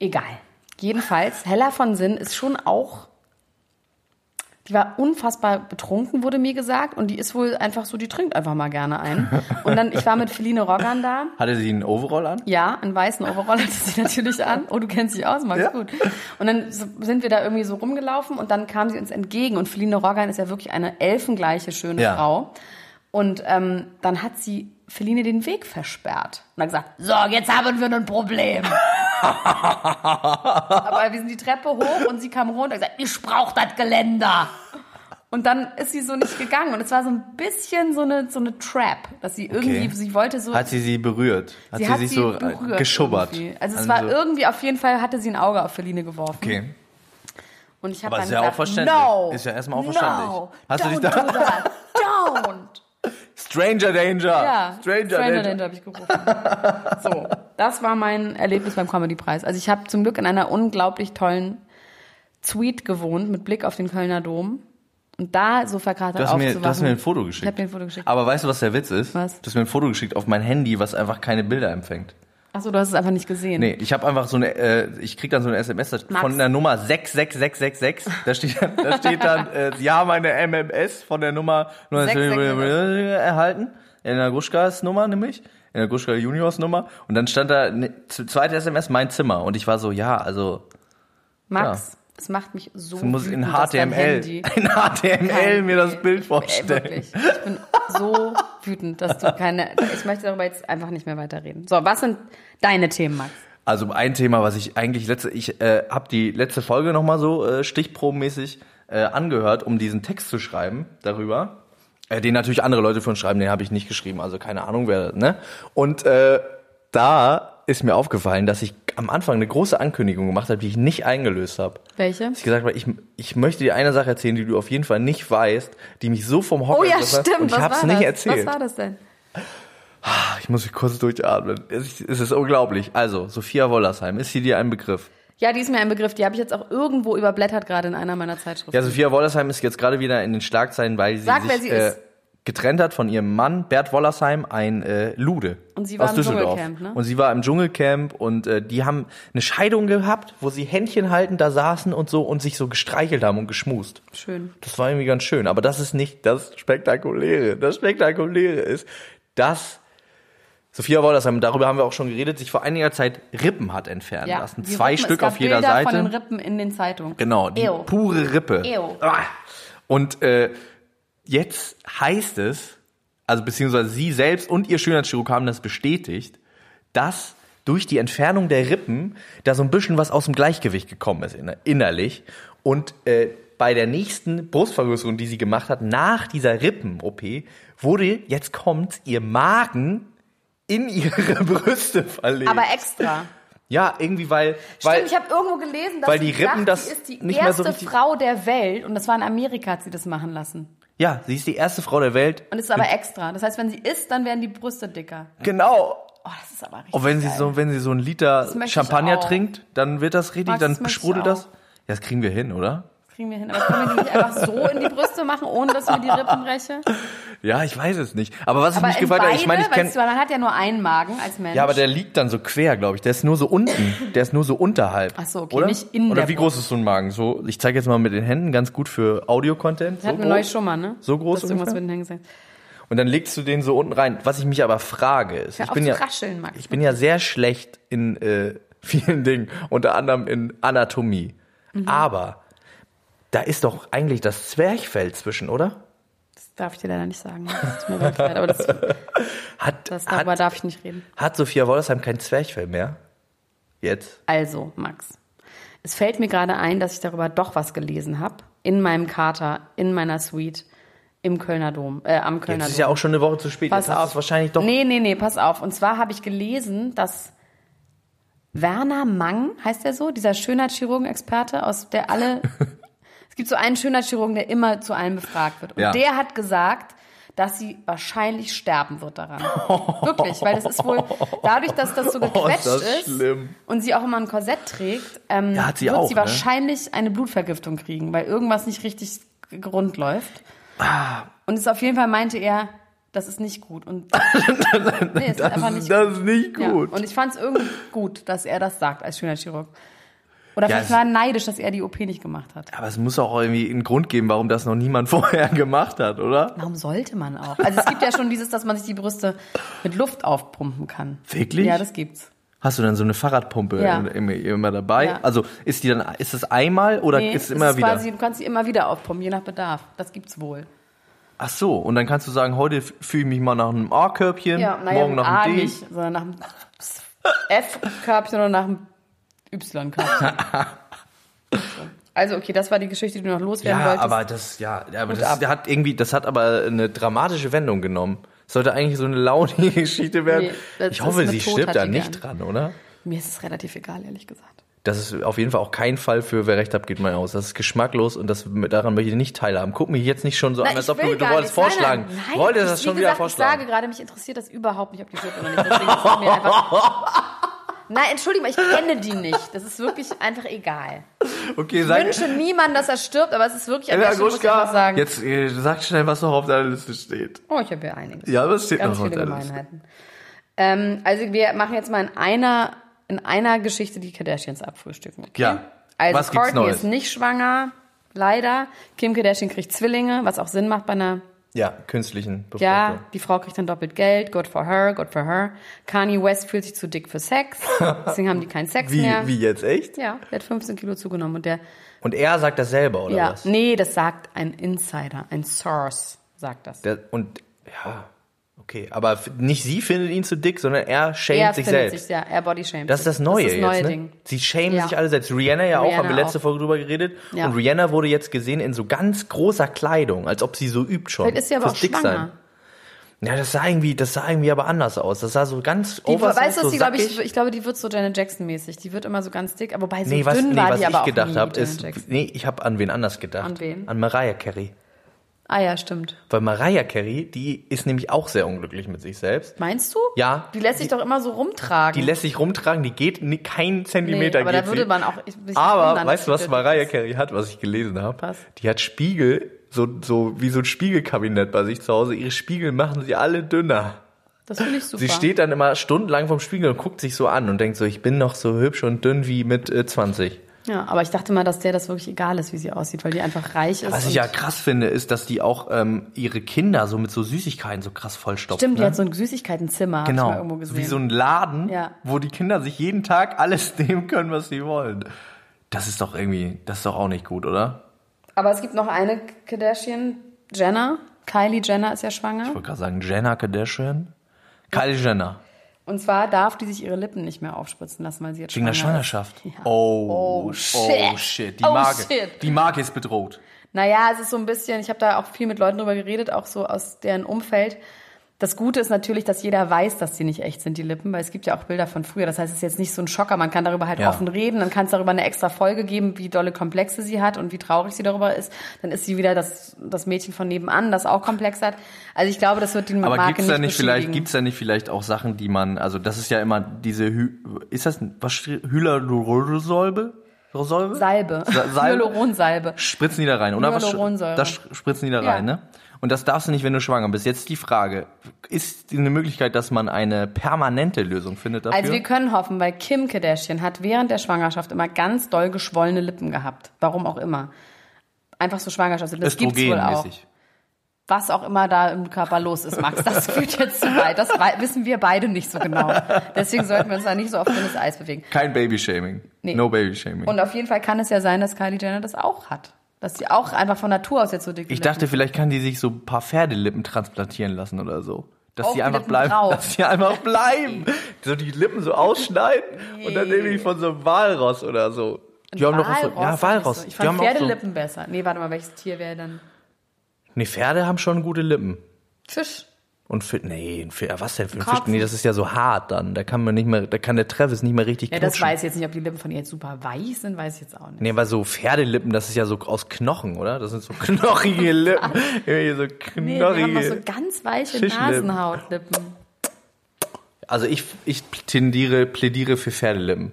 [SPEAKER 3] Egal. Jedenfalls, Hella von Sinnen ist schon auch. Die war unfassbar betrunken, wurde mir gesagt. Und die ist wohl einfach so, die trinkt einfach mal gerne ein. Und dann, ich war mit Feline Roggan da.
[SPEAKER 4] Hatte sie einen Overall an?
[SPEAKER 3] Ja, einen weißen Overall hatte sie natürlich an. Oh, du kennst dich aus, Max,
[SPEAKER 4] Ja.
[SPEAKER 3] gut. Und dann so- sind wir da irgendwie so rumgelaufen und dann kam sie uns entgegen. Und Feline Roggan ist ja wirklich eine elfengleiche, schöne
[SPEAKER 4] Ja.
[SPEAKER 3] Frau. Und ähm, dann hat sie Feline den Weg versperrt. Und hat gesagt, so, jetzt haben wir ein Problem. Aber wir sind die Treppe hoch und sie kam runter und hat gesagt, ich brauche das Geländer. Und dann ist sie so nicht gegangen. Und es war so ein bisschen so eine, so eine Trap, dass sie irgendwie, sie wollte so
[SPEAKER 4] Hat sie sie berührt? Hat sie, sich so äh,
[SPEAKER 3] berührt
[SPEAKER 4] geschubbert?
[SPEAKER 3] irgendwie. Also es
[SPEAKER 4] An
[SPEAKER 3] war
[SPEAKER 4] so-
[SPEAKER 3] irgendwie auf jeden Fall hatte sie ein Auge auf Feline geworfen.
[SPEAKER 4] Okay.
[SPEAKER 3] Und ich habe
[SPEAKER 4] Aber
[SPEAKER 3] dann
[SPEAKER 4] ist ja auch
[SPEAKER 3] gesagt,
[SPEAKER 4] verständlich.
[SPEAKER 3] No,
[SPEAKER 4] Ist ja erstmal auch
[SPEAKER 3] no,
[SPEAKER 4] verständlich. Hast du
[SPEAKER 3] don't
[SPEAKER 4] dich da-
[SPEAKER 3] do that. Don't.
[SPEAKER 4] Stranger Danger!
[SPEAKER 3] Ja,
[SPEAKER 4] Stranger, Danger.
[SPEAKER 3] Danger habe ich gerufen. So, das war mein Erlebnis beim Comedy Preis. Also ich habe zum Glück in einer unglaublich tollen Suite gewohnt mit Blick auf den Kölner Dom und da so verkatert
[SPEAKER 4] Du hast, mir,
[SPEAKER 3] aufzuwachen.
[SPEAKER 4] du hast mir ein Foto geschickt.
[SPEAKER 3] Ich habe dir ein Foto geschickt.
[SPEAKER 4] Aber weißt du, was der Witz ist?
[SPEAKER 3] Was?
[SPEAKER 4] Du hast mir ein Foto geschickt auf mein Handy, was einfach keine Bilder empfängt.
[SPEAKER 3] Achso, du hast es einfach nicht gesehen.
[SPEAKER 4] Nee, ich habe einfach so eine, äh, ich krieg dann so eine SMS das-
[SPEAKER 3] Max.
[SPEAKER 4] von der Nummer 66666. Da steht, dann- da steht dann, äh, ja, meine MMS von der Nummer
[SPEAKER 3] 66666.
[SPEAKER 4] erhalten. Elena Gruschkas Nummer nämlich. Elena Gruschka Juniors Nummer. Und dann stand da ne, z- zweite SMS, mein Zimmer. Und ich war so, ja, also,
[SPEAKER 3] Max, es macht mich so
[SPEAKER 4] du musst in
[SPEAKER 3] wütend, dass dein
[SPEAKER 4] HTML,
[SPEAKER 3] Handy-
[SPEAKER 4] in HTML mir das
[SPEAKER 3] Kein-
[SPEAKER 4] Bild
[SPEAKER 3] ich-
[SPEAKER 4] vorstellen.
[SPEAKER 3] Ey, wirklich. Ich bin so wütend, dass du keine. Ich möchte darüber jetzt einfach nicht mehr weiterreden. So, was sind deine Themen, Max?
[SPEAKER 4] Also ein Thema, was ich eigentlich letzte, ich äh, habe die letzte Folge nochmal so äh, stichprobenmäßig äh, angehört, um diesen Text zu schreiben darüber. Äh, den natürlich andere Leute für uns schreiben, den habe ich nicht geschrieben, also keine Ahnung wer, ne? Und äh, da ist mir aufgefallen, dass ich am Anfang eine große Ankündigung gemacht habe, die ich nicht eingelöst habe.
[SPEAKER 3] Welche?
[SPEAKER 4] Dass ich gesagt habe, ich, ich möchte dir eine Sache erzählen, die du auf jeden Fall nicht weißt, die mich so vom Hocker
[SPEAKER 3] Oh ja,
[SPEAKER 4] gerissen hat,
[SPEAKER 3] stimmt.
[SPEAKER 4] Und ich
[SPEAKER 3] was
[SPEAKER 4] habe es
[SPEAKER 3] war
[SPEAKER 4] nicht
[SPEAKER 3] das?
[SPEAKER 4] erzählt.
[SPEAKER 3] Was war das denn?
[SPEAKER 4] Ich muss kurz durchatmen. Es, es ist unglaublich. Also, Sophia Wollersheim, ist sie dir ein Begriff?
[SPEAKER 3] Ja, die ist mir ein Begriff. Die habe ich jetzt auch irgendwo überblättert gerade in einer meiner Zeitschriften.
[SPEAKER 4] Ja, Sophia Wollersheim ist jetzt gerade wieder in den Schlagzeilen, weil sie
[SPEAKER 3] Sag,
[SPEAKER 4] sich
[SPEAKER 3] wer sie
[SPEAKER 4] äh,
[SPEAKER 3] ist.
[SPEAKER 4] getrennt hat von ihrem Mann Bert Wollersheim, ein äh, Lude
[SPEAKER 3] Und sie war
[SPEAKER 4] aus
[SPEAKER 3] im
[SPEAKER 4] Düsseldorf.
[SPEAKER 3] Dschungelcamp, ne?
[SPEAKER 4] Und sie war im Dschungelcamp und äh, die haben eine Scheidung gehabt, wo sie Händchen haltend da saßen und so und sich so gestreichelt haben und geschmust.
[SPEAKER 3] Schön.
[SPEAKER 4] Das war irgendwie ganz schön, aber das ist nicht das Spektakuläre. Das Spektakuläre ist, dass Sophia Wollersheim, darüber haben wir auch schon geredet, sich vor einiger Zeit Rippen hat entfernen
[SPEAKER 3] Ja,
[SPEAKER 4] lassen.
[SPEAKER 3] die
[SPEAKER 4] Zwei
[SPEAKER 3] Rippen, es
[SPEAKER 4] Stück
[SPEAKER 3] gab
[SPEAKER 4] auf jeder
[SPEAKER 3] Bilder
[SPEAKER 4] Seite.
[SPEAKER 3] von den Rippen in den Zeitungen.
[SPEAKER 4] Genau, die
[SPEAKER 3] Ew.
[SPEAKER 4] pure Rippe.
[SPEAKER 3] Ew.
[SPEAKER 4] Ah. Und äh, jetzt heißt es, also beziehungsweise sie selbst und ihr Schönheitschirurg haben das bestätigt, dass durch die Entfernung der Rippen da so ein bisschen was aus dem Gleichgewicht gekommen ist inner- innerlich. Und äh, bei der nächsten Brustvergrößerung, die sie gemacht hat, nach dieser Rippen-OP, wurde, jetzt kommt, ihr Magen in ihre Brüste verlegt.
[SPEAKER 3] Aber extra.
[SPEAKER 4] ja, irgendwie, weil, weil,
[SPEAKER 3] Stimmt, ich habe irgendwo gelesen, dass
[SPEAKER 4] weil
[SPEAKER 3] sie
[SPEAKER 4] die Rippen
[SPEAKER 3] sagt,
[SPEAKER 4] das
[SPEAKER 3] sie ist die
[SPEAKER 4] nicht
[SPEAKER 3] erste
[SPEAKER 4] mehr so richtig-
[SPEAKER 3] Frau der Welt und das war in Amerika, hat sie das machen lassen.
[SPEAKER 4] ja, sie ist die erste Frau der Welt.
[SPEAKER 3] Und es ist aber extra. Das heißt, wenn sie isst, dann werden die Brüste dicker.
[SPEAKER 4] Genau.
[SPEAKER 3] Oh, das ist aber richtig.
[SPEAKER 4] Und wenn sie
[SPEAKER 3] geil.
[SPEAKER 4] so, wenn sie so einen
[SPEAKER 3] Das
[SPEAKER 4] Liter
[SPEAKER 3] möchte ich
[SPEAKER 4] Champagner
[SPEAKER 3] auch.
[SPEAKER 4] trinkt, dann wird das richtig,
[SPEAKER 3] Max, das
[SPEAKER 4] dann
[SPEAKER 3] möchte ich
[SPEAKER 4] sprudelt
[SPEAKER 3] auch.
[SPEAKER 4] das. Ja, das kriegen wir hin, oder?
[SPEAKER 3] kriegen wir hin. Aber können wir die nicht einfach so in die Brüste machen, ohne dass wir die Rippen brechen?
[SPEAKER 4] Ja, ich weiß es nicht. Aber was ich
[SPEAKER 3] Aber
[SPEAKER 4] mich
[SPEAKER 3] in
[SPEAKER 4] gefragt habe, Also ich meine, ich
[SPEAKER 3] beide,
[SPEAKER 4] kenne.
[SPEAKER 3] weißt du, man hat ja nur einen Magen als Mensch.
[SPEAKER 4] Ja, aber der liegt dann so quer, glaube ich. Der ist nur so unten. Der ist nur so unterhalb.
[SPEAKER 3] Ach so, okay,
[SPEAKER 4] oder?
[SPEAKER 3] nicht in
[SPEAKER 4] Oder
[SPEAKER 3] der
[SPEAKER 4] wie
[SPEAKER 3] Brust.
[SPEAKER 4] groß ist so ein Magen? So, ich zeige jetzt mal mit den Händen ganz gut für Audio-Content. So
[SPEAKER 3] hatten wir
[SPEAKER 4] groß.
[SPEAKER 3] neulich schon mal, ne?
[SPEAKER 4] So groß
[SPEAKER 3] Dass du irgendwas
[SPEAKER 4] ungefähr?
[SPEAKER 3] mit den Händen gesagt.
[SPEAKER 4] Und dann legst du den so unten rein. Was ich mich aber frage, ist,
[SPEAKER 3] Hör
[SPEAKER 4] ich
[SPEAKER 3] auf
[SPEAKER 4] bin
[SPEAKER 3] zu
[SPEAKER 4] ja,
[SPEAKER 3] rascheln, Max.
[SPEAKER 4] ich bin ja sehr schlecht in äh, vielen Dingen, unter anderem in Anatomie.
[SPEAKER 3] Mhm.
[SPEAKER 4] Aber da ist doch eigentlich das Zwerchfell zwischen, oder?
[SPEAKER 3] Das darf ich dir leider nicht sagen. Das tut mir wirklich leid, aber das,
[SPEAKER 4] Hat,
[SPEAKER 3] das darüber
[SPEAKER 4] hat,
[SPEAKER 3] darf ich nicht reden.
[SPEAKER 4] hat Sophia Wollersheim kein Zwerchfell mehr? Jetzt?
[SPEAKER 3] Also, Max, es fällt mir gerade ein, dass ich darüber doch was gelesen habe. In meinem Kater, in meiner Suite, im Kölner Dom, äh, am Kölner
[SPEAKER 4] Jetzt ist
[SPEAKER 3] Dom.
[SPEAKER 4] ja auch schon eine Woche zu spät.
[SPEAKER 3] Pass
[SPEAKER 4] Jetzt hast
[SPEAKER 3] auf.
[SPEAKER 4] du's wahrscheinlich doch.
[SPEAKER 3] Nee, nee, nee, pass auf. Und zwar habe ich gelesen, dass Werner Mang, heißt er so, dieser Schönheitschirurgen-Experte, aus der alle. es gibt so einen Schönheitschirurgen, der immer zu allem befragt wird. Und
[SPEAKER 4] Ja.
[SPEAKER 3] der hat gesagt, dass sie wahrscheinlich sterben wird daran. Wirklich, weil das ist wohl dadurch, dass das so gequetscht
[SPEAKER 4] Oh, das
[SPEAKER 3] ist
[SPEAKER 4] schlimm.
[SPEAKER 3] und sie auch immer ein Korsett trägt, ähm,
[SPEAKER 4] Ja, hat sie
[SPEAKER 3] wird
[SPEAKER 4] auch,
[SPEAKER 3] sie
[SPEAKER 4] ne?
[SPEAKER 3] wahrscheinlich eine Blutvergiftung kriegen, weil irgendwas nicht richtig rund läuft. Und es auf jeden Fall meinte er, das ist nicht gut. Und nee, es ist einfach nicht
[SPEAKER 4] das ist nicht
[SPEAKER 3] Ja. Und ich fand es irgendwie gut, dass er das sagt als schöner Chirurg. Oder
[SPEAKER 4] Ja,
[SPEAKER 3] vielleicht
[SPEAKER 4] es-
[SPEAKER 3] war er neidisch, dass er die OP nicht gemacht hat.
[SPEAKER 4] Aber es muss auch irgendwie einen Grund geben, warum das noch niemand vorher gemacht hat, oder?
[SPEAKER 3] Warum sollte man auch? Also es gibt ja schon dieses, dass man sich die Brüste mit Luft aufpumpen kann.
[SPEAKER 4] Wirklich?
[SPEAKER 3] Ja, das gibt's.
[SPEAKER 4] Hast du dann so eine Fahrradpumpe
[SPEAKER 3] Ja.
[SPEAKER 4] immer, immer dabei?
[SPEAKER 3] Ja.
[SPEAKER 4] Also ist die dann ist es einmal oder
[SPEAKER 3] Nee,
[SPEAKER 4] ist es
[SPEAKER 3] es
[SPEAKER 4] immer
[SPEAKER 3] ist
[SPEAKER 4] wieder?
[SPEAKER 3] Quasi, du kannst sie immer wieder aufpumpen, je nach Bedarf. Das gibt's wohl.
[SPEAKER 4] Ach so, und dann kannst du sagen, heute f- fühle ich mich mal nach einem A-Körbchen,
[SPEAKER 3] Ja, naja,
[SPEAKER 4] Ähm, morgen nach
[SPEAKER 3] A
[SPEAKER 4] einem D.
[SPEAKER 3] nicht, sondern nach dem F-Körbchen oder nach dem Y-Körbchen. also, okay, das war die Geschichte, die du noch loswerden
[SPEAKER 4] Ja,
[SPEAKER 3] wolltest.
[SPEAKER 4] aber das ja, aber das hat irgendwie das hat aber eine dramatische Wendung genommen. Sollte eigentlich so eine launige Geschichte werden.
[SPEAKER 3] Nee, das
[SPEAKER 4] ich
[SPEAKER 3] ist
[SPEAKER 4] hoffe,
[SPEAKER 3] eine
[SPEAKER 4] sie stirbt da
[SPEAKER 3] todhaltige
[SPEAKER 4] nicht
[SPEAKER 3] Ant-
[SPEAKER 4] dran, oder?
[SPEAKER 3] Mir ist es relativ egal, ehrlich gesagt.
[SPEAKER 4] Das ist auf jeden Fall auch kein Fall für wer recht hat, geht mal aus. Das ist geschmacklos und das, daran möchte ich nicht teilhaben. Guck mich jetzt nicht schon so an, als
[SPEAKER 3] ich
[SPEAKER 4] ob du,
[SPEAKER 3] will
[SPEAKER 4] du
[SPEAKER 3] gar
[SPEAKER 4] wolltest
[SPEAKER 3] nicht.
[SPEAKER 4] vorschlagen.
[SPEAKER 3] Nein, nein, nein.
[SPEAKER 4] wolltest
[SPEAKER 3] ich,
[SPEAKER 4] das schon
[SPEAKER 3] wie
[SPEAKER 4] wieder
[SPEAKER 3] gesagt, Ich
[SPEAKER 4] vorschlagen.
[SPEAKER 3] sage gerade, mich interessiert das überhaupt nicht, ob die stirbt oder nicht. Deswegen ist es mir einfach- Nein, entschuldige mal, ich kenne die nicht. Das ist wirklich einfach egal.
[SPEAKER 4] okay,
[SPEAKER 3] Ich
[SPEAKER 4] sag.
[SPEAKER 3] wünsche niemandem, dass er stirbt, aber es ist wirklich an
[SPEAKER 4] Ella
[SPEAKER 3] der Stelle, muss ich einfach
[SPEAKER 4] Gruschka,
[SPEAKER 3] sagen.
[SPEAKER 4] jetzt äh, sag schnell, was noch auf deiner Liste steht.
[SPEAKER 3] Oh, ich habe ja einiges.
[SPEAKER 4] Ja, was steht
[SPEAKER 3] Ganz
[SPEAKER 4] noch auf
[SPEAKER 3] viele
[SPEAKER 4] deiner Liste?
[SPEAKER 3] Gemeinheiten. Ähm, also wir machen jetzt mal in einer, in einer Geschichte die Kardashians abfrühstücken. Okay?
[SPEAKER 4] Ja.
[SPEAKER 3] Also
[SPEAKER 4] Was gibt's
[SPEAKER 3] Courtney
[SPEAKER 4] Neues?
[SPEAKER 3] ist nicht schwanger, leider. Kim Kardashian kriegt Zwillinge, was auch Sinn macht bei einer.
[SPEAKER 4] Ja, künstlichen
[SPEAKER 3] Ja,
[SPEAKER 4] Befruchtung.
[SPEAKER 3] die Frau kriegt dann doppelt Geld. Good for her, good for her. Kanye West fühlt sich zu dick für Sex. Deswegen haben die keinen Sex
[SPEAKER 4] Wie,
[SPEAKER 3] mehr.
[SPEAKER 4] wie jetzt, echt?
[SPEAKER 3] Ja, der hat 15 Kilo zugenommen und der.
[SPEAKER 4] Und er sagt das selber, oder
[SPEAKER 3] ja,
[SPEAKER 4] was?
[SPEAKER 3] nee, das sagt ein Insider, ein Source sagt das.
[SPEAKER 4] Der, und, ja, okay. Aber f- nicht sie findet ihn zu dick, sondern er schämt
[SPEAKER 3] er
[SPEAKER 4] sich
[SPEAKER 3] findet
[SPEAKER 4] selbst.
[SPEAKER 3] sich, ja, er body shamed.
[SPEAKER 4] Das ist das Neue,
[SPEAKER 3] das ist das neue
[SPEAKER 4] jetzt, ne?
[SPEAKER 3] Ding.
[SPEAKER 4] Sie schämen
[SPEAKER 3] Ja.
[SPEAKER 4] sich alle selbst. Rihanna ja auch,
[SPEAKER 3] Rihanna
[SPEAKER 4] haben wir letzte
[SPEAKER 3] auch.
[SPEAKER 4] Folge drüber geredet.
[SPEAKER 3] Ja.
[SPEAKER 4] Und Rihanna wurde jetzt gesehen in so ganz großer Kleidung, als ob sie so übt schon.
[SPEAKER 3] Vielleicht ist sie aber
[SPEAKER 4] fürs
[SPEAKER 3] auch
[SPEAKER 4] Dicksein.
[SPEAKER 3] schwanger.
[SPEAKER 4] Ja, das sah irgendwie, das sah irgendwie aber anders aus. Das sah so ganz
[SPEAKER 3] Die,
[SPEAKER 4] oversized,
[SPEAKER 3] weißt du,
[SPEAKER 4] so
[SPEAKER 3] was die, glaube
[SPEAKER 4] sackig.
[SPEAKER 3] ich, ich glaube, die wird so Janet Jackson-mäßig. Die wird immer so ganz dick, aber bei so
[SPEAKER 4] Nee, was,
[SPEAKER 3] dünn
[SPEAKER 4] nee,
[SPEAKER 3] war
[SPEAKER 4] was
[SPEAKER 3] die
[SPEAKER 4] ich
[SPEAKER 3] aber auch nie,
[SPEAKER 4] gedacht habe,
[SPEAKER 3] Janet
[SPEAKER 4] ist,
[SPEAKER 3] Jackson.
[SPEAKER 4] nee, ich habe an wen anders gedacht.
[SPEAKER 3] An wen?
[SPEAKER 4] An Mariah Carey.
[SPEAKER 3] Ah ja, stimmt.
[SPEAKER 4] Weil Mariah Carey, die ist nämlich auch sehr unglücklich mit sich selbst.
[SPEAKER 3] Meinst du?
[SPEAKER 4] Ja.
[SPEAKER 3] Die lässt sich doch immer so rumtragen.
[SPEAKER 4] Die lässt sich rumtragen, die geht ni- keinen Zentimeter.
[SPEAKER 3] aber
[SPEAKER 4] geht
[SPEAKER 3] da würde
[SPEAKER 4] sie.
[SPEAKER 3] man auch ich- sich
[SPEAKER 4] Aber
[SPEAKER 3] wundern,
[SPEAKER 4] weißt du,
[SPEAKER 3] dass
[SPEAKER 4] was
[SPEAKER 3] die
[SPEAKER 4] Mariah
[SPEAKER 3] das-
[SPEAKER 4] Carey hat, was ich gelesen habe?
[SPEAKER 3] Was?
[SPEAKER 4] Die hat Spiegel, so, so wie so ein Spiegelkabinett bei sich zu Hause. Ihre Spiegel machen sie alle dünner.
[SPEAKER 3] Das finde ich super.
[SPEAKER 4] Sie steht dann immer stundenlang vorm Spiegel und guckt sich so an und denkt so, ich bin noch so hübsch und dünn wie mit äh, 20.
[SPEAKER 3] Ja, aber ich dachte mal, dass der das wirklich egal ist, wie sie aussieht, weil die einfach reich ist.
[SPEAKER 4] Was
[SPEAKER 3] und-
[SPEAKER 4] ich ja krass finde, ist, dass die auch ähm, ihre Kinder so mit so Süßigkeiten so krass vollstopft.
[SPEAKER 3] stimmt, die
[SPEAKER 4] ne?
[SPEAKER 3] hat so ein Süßigkeitenzimmer, genau. ich mal irgendwo
[SPEAKER 4] Genau,
[SPEAKER 3] gesehen.
[SPEAKER 4] wie so ein Laden,
[SPEAKER 3] Ja.
[SPEAKER 4] wo die Kinder sich jeden Tag alles nehmen können, was sie wollen. Das ist doch irgendwie, das ist doch auch nicht gut, oder?
[SPEAKER 3] aber es gibt noch eine Kardashian, Jenner. Kylie Jenner ist ja schwanger.
[SPEAKER 4] Ich wollte gerade sagen, Jenna Kardashian? Kylie Jenner,
[SPEAKER 3] Und zwar darf die sich ihre Lippen nicht mehr aufspritzen lassen, weil sie jetzt
[SPEAKER 4] wegen der
[SPEAKER 3] schwanger ist.
[SPEAKER 4] Schwangerschaft.
[SPEAKER 3] Ja.
[SPEAKER 4] Oh,
[SPEAKER 3] Oh,
[SPEAKER 4] oh,
[SPEAKER 3] shit.
[SPEAKER 4] shit. Die,
[SPEAKER 3] Oh,
[SPEAKER 4] Marke,
[SPEAKER 3] shit.
[SPEAKER 4] die Marke ist bedroht.
[SPEAKER 3] Naja, es ist so ein bisschen, ich habe da auch viel mit Leuten drüber geredet, auch so aus deren Umfeld. Das Gute ist natürlich, dass jeder weiß, dass die nicht echt sind, die Lippen, weil es gibt ja auch Bilder von früher. Das heißt, es ist jetzt nicht so ein Schocker. Man kann darüber halt
[SPEAKER 4] Ja.
[SPEAKER 3] offen reden, dann kann es darüber eine extra Folge geben, wie dolle Komplexe sie hat und wie traurig sie darüber ist. Dann ist sie wieder das, das Mädchen von nebenan, das auch Komplex hat. Also ich glaube, das wird die
[SPEAKER 4] Aber
[SPEAKER 3] Marke
[SPEAKER 4] gibt's da nicht vielleicht,
[SPEAKER 3] beschädigen.
[SPEAKER 4] gibt's da nicht vielleicht auch Sachen, die man, also das ist ja immer diese, Hy ist das, ein- was, Hyaluronsäure? Säure?
[SPEAKER 3] Salbe.
[SPEAKER 4] Sa- Salbe?
[SPEAKER 3] Hyaluronsalbe.
[SPEAKER 4] Spritzen die da rein, oder? Was-
[SPEAKER 3] Hyaluronsäure.
[SPEAKER 4] Das sch- spritzen die da
[SPEAKER 3] Ja.
[SPEAKER 4] rein, ne? Und das darfst du nicht, wenn du schwanger bist. Jetzt die Frage, ist eine Möglichkeit, dass man eine permanente Lösung findet dafür?
[SPEAKER 3] Also wir können hoffen, weil Kim Kardashian hat während der Schwangerschaft immer ganz doll geschwollene Lippen gehabt. Warum auch immer. Einfach so Schwangerschaft. Das gibt's wohl auch.
[SPEAKER 4] Östrogenmäßig.
[SPEAKER 3] Was auch immer da im Körper los ist, Max, das führt jetzt zu weit. Das wei- wissen wir beide nicht so genau. Deswegen sollten wir uns da nicht so auf dünnes Eis bewegen.
[SPEAKER 4] Kein Babyshaming.
[SPEAKER 3] Nee.
[SPEAKER 4] No Babyshaming.
[SPEAKER 3] Und auf jeden Fall kann es ja sein, dass Kylie Jenner das auch hat. Dass sie auch einfach von Natur aus jetzt so dick
[SPEAKER 4] Ich dachte, vielleicht kann die sich so ein paar Pferdelippen transplantieren lassen oder so. Dass
[SPEAKER 3] Auf
[SPEAKER 4] die
[SPEAKER 3] die
[SPEAKER 4] einfach
[SPEAKER 3] Lippen
[SPEAKER 4] bleiben.
[SPEAKER 3] drauf.
[SPEAKER 4] Dass die einfach bleiben. So die Lippen so ausschneiden und dann nehme ich von so einem Walross oder so. Die haben doch auch so, ja, Walross.
[SPEAKER 3] Ich
[SPEAKER 4] die haben
[SPEAKER 3] fand
[SPEAKER 4] auch so,
[SPEAKER 3] Pferdelippen besser. Nee, warte mal, welches Tier wäre dann?
[SPEAKER 4] nee, Pferde haben schon gute Lippen.
[SPEAKER 3] Fisch.
[SPEAKER 4] Und für, nee, ein Fisch, was denn für ein Fisch?
[SPEAKER 3] Karpfen.
[SPEAKER 4] Nee, das ist ja so hart dann. Da kann man nicht mehr, da kann der Travis nicht mehr richtig
[SPEAKER 3] Ja, das
[SPEAKER 4] knutschen.
[SPEAKER 3] weiß ich jetzt nicht, ob die Lippen von ihr jetzt super weiß sind, weiß ich jetzt auch nicht.
[SPEAKER 4] Nee, aber so Pferdelippen, das ist ja so aus Knochen, oder? Das sind so knochige Lippen. Irgendwie so
[SPEAKER 3] Nee, die haben noch
[SPEAKER 4] knochige.
[SPEAKER 3] so ganz weiche
[SPEAKER 4] Fischlippen.
[SPEAKER 3] Nasenhautlippen.
[SPEAKER 4] also ich, ich tendiere, plädiere für Pferdelippen.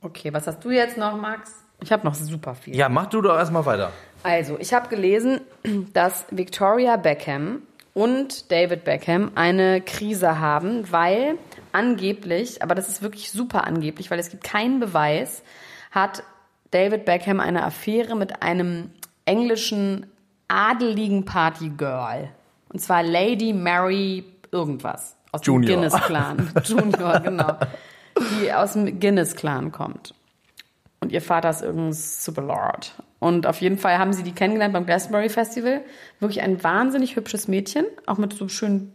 [SPEAKER 3] Okay, was hast du jetzt noch, Max? Ich habe noch super viel.
[SPEAKER 4] Ja, mach du doch erstmal weiter.
[SPEAKER 3] Also, ich habe gelesen, dass Victoria Beckham und David Beckham eine Krise haben, weil angeblich, aber das ist wirklich super angeblich, weil es gibt keinen Beweis, hat David Beckham eine Affäre mit einem englischen adeligen Partygirl. Und zwar Lady Mary irgendwas. Aus
[SPEAKER 4] Junior.
[SPEAKER 3] dem Guinness-Clan. Junior, genau. Die aus dem Guinness-Clan kommt. Und ihr Vater ist irgendein Superlord. Und auf jeden Fall haben sie die kennengelernt beim Glastonbury Festival. Wirklich ein wahnsinnig hübsches Mädchen, auch mit so schönen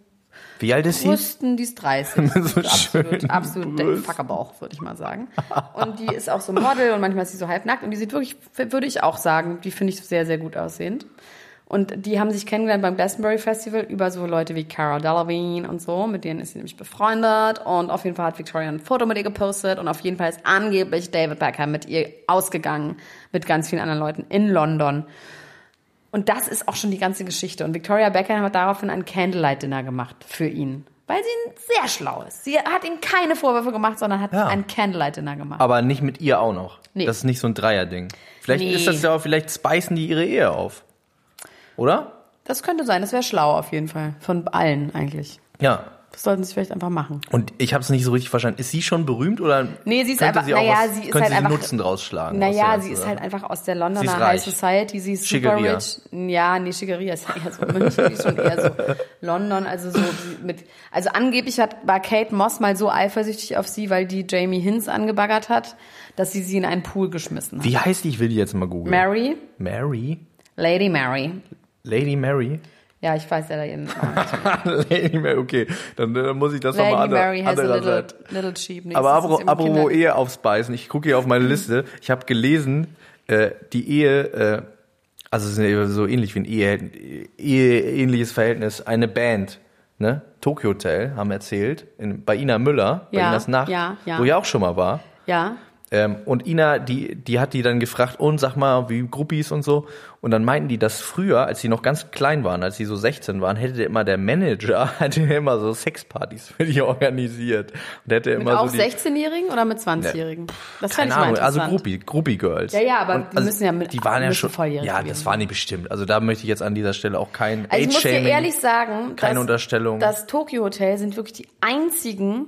[SPEAKER 4] Wie alt ist sie?
[SPEAKER 3] Brüsten, die ist 30.
[SPEAKER 4] Mit so schönen
[SPEAKER 3] absolut, absolut der Fackerbauch, würde ich mal sagen. Und die ist auch so Model und manchmal ist sie so halbnackt und die sieht wirklich, würde ich auch sagen, die finde ich sehr, sehr gut aussehend. Und die haben sich kennengelernt beim Glastonbury Festival über so Leute wie Cara Delevingne und so, mit denen ist sie nämlich befreundet und auf jeden Fall hat Victoria ein Foto mit ihr gepostet und auf jeden Fall ist angeblich David Beckham mit ihr ausgegangen, mit ganz vielen anderen Leuten in London. Und das ist auch schon die ganze Geschichte. Und Victoria Beckham hat daraufhin ein Candlelight-Dinner gemacht für ihn. Weil sie sehr schlau ist. Sie hat ihm keine Vorwürfe gemacht, sondern hat
[SPEAKER 4] Ja.
[SPEAKER 3] ein Candlelight-Dinner gemacht.
[SPEAKER 4] Aber nicht mit ihr auch noch.
[SPEAKER 3] Nee.
[SPEAKER 4] Das ist nicht so ein Dreierding. Vielleicht
[SPEAKER 3] Nee.
[SPEAKER 4] ist das ja auch, vielleicht speisen die ihre Ehe auf. Oder?
[SPEAKER 3] Das könnte sein, das wäre schlau auf jeden Fall. Von allen eigentlich.
[SPEAKER 4] Ja.
[SPEAKER 3] Das sollten sie vielleicht einfach machen.
[SPEAKER 4] Und ich habe es nicht so richtig verstanden. Ist sie schon berühmt oder
[SPEAKER 3] Nee, sie ist
[SPEAKER 4] könnte
[SPEAKER 3] einfach-
[SPEAKER 4] sie auch
[SPEAKER 3] naja,
[SPEAKER 4] was,
[SPEAKER 3] sie ist
[SPEAKER 4] könnte
[SPEAKER 3] halt
[SPEAKER 4] sie
[SPEAKER 3] einfach-
[SPEAKER 4] Nutzen draus schlagen?
[SPEAKER 3] Naja,
[SPEAKER 4] aus der
[SPEAKER 3] sie
[SPEAKER 4] ganzen
[SPEAKER 3] ist
[SPEAKER 4] Sache?
[SPEAKER 3] halt einfach aus der
[SPEAKER 4] Sie ist
[SPEAKER 3] Londoner High
[SPEAKER 4] reich.
[SPEAKER 3] Society. Sie ist super
[SPEAKER 4] Schickeria.
[SPEAKER 3] rich. Ja, nee, Schickeria ist eher so München, die ist schon eher so London. Also so mit, also angeblich hat, war Kate Moss mal so eifersüchtig auf sie, weil die Jamie Hinz angebaggert hat, dass sie sie in einen Pool geschmissen hat.
[SPEAKER 4] Wie heißt die? Ich will die jetzt mal googeln.
[SPEAKER 3] Mary,
[SPEAKER 4] Mary?
[SPEAKER 3] Lady Mary.
[SPEAKER 4] Lady Mary?
[SPEAKER 3] Ja, ich weiß leider ihren Namen.
[SPEAKER 4] Lady Mary, okay. Dann, dann muss ich das
[SPEAKER 3] Lady
[SPEAKER 4] nochmal ander,
[SPEAKER 3] Mary has a little,
[SPEAKER 4] andererseits.
[SPEAKER 3] little sheep. Nächstes
[SPEAKER 4] Aber
[SPEAKER 3] ist
[SPEAKER 4] apro-
[SPEAKER 3] eben Kinder- Mhm.
[SPEAKER 4] apropos Ehe aufspeisen, ich gucke hier auf meine Liste. Ich habe gelesen, äh, die Ehe, äh, also es ist ja so ähnlich wie ein Ehe, Ehe ähnliches Verhältnis, eine Band, ne? Tokyo Hotel haben erzählt, in, bei Ina Müller, bei
[SPEAKER 3] Ja,
[SPEAKER 4] Inas Nacht,
[SPEAKER 3] ja, ja.
[SPEAKER 4] wo ich auch schon mal war.
[SPEAKER 3] Ja.
[SPEAKER 4] Ähm, und Ina, die, die hat die dann gefragt, und sag mal, wie Groupies und so. Und dann meinten die, dass früher, als sie noch ganz klein waren, als sie so 16 waren, hätte der immer der Manager, hatte der immer so Sexpartys für die organisiert. Und hätte
[SPEAKER 3] Mit
[SPEAKER 4] immer
[SPEAKER 3] auch
[SPEAKER 4] so die,
[SPEAKER 3] 16-Jährigen oder mit 20-Jährigen? Das
[SPEAKER 4] keine
[SPEAKER 3] fand ich mal
[SPEAKER 4] Ahnung, also
[SPEAKER 3] interessant.
[SPEAKER 4] Groupie, Groupie Girls.
[SPEAKER 3] Ja, ja, aber die müssen ja mit-
[SPEAKER 4] die waren ja
[SPEAKER 3] müssen
[SPEAKER 4] schon
[SPEAKER 3] volljährig
[SPEAKER 4] Ja,
[SPEAKER 3] gewesen
[SPEAKER 4] das waren die bestimmt. Also da möchte ich jetzt an dieser Stelle auch kein
[SPEAKER 3] Also ich muss dir
[SPEAKER 4] Age-Shaming.
[SPEAKER 3] ehrlich sagen,
[SPEAKER 4] Keine Unterstellung.
[SPEAKER 3] das Tokyo Hotel sind wirklich die einzigen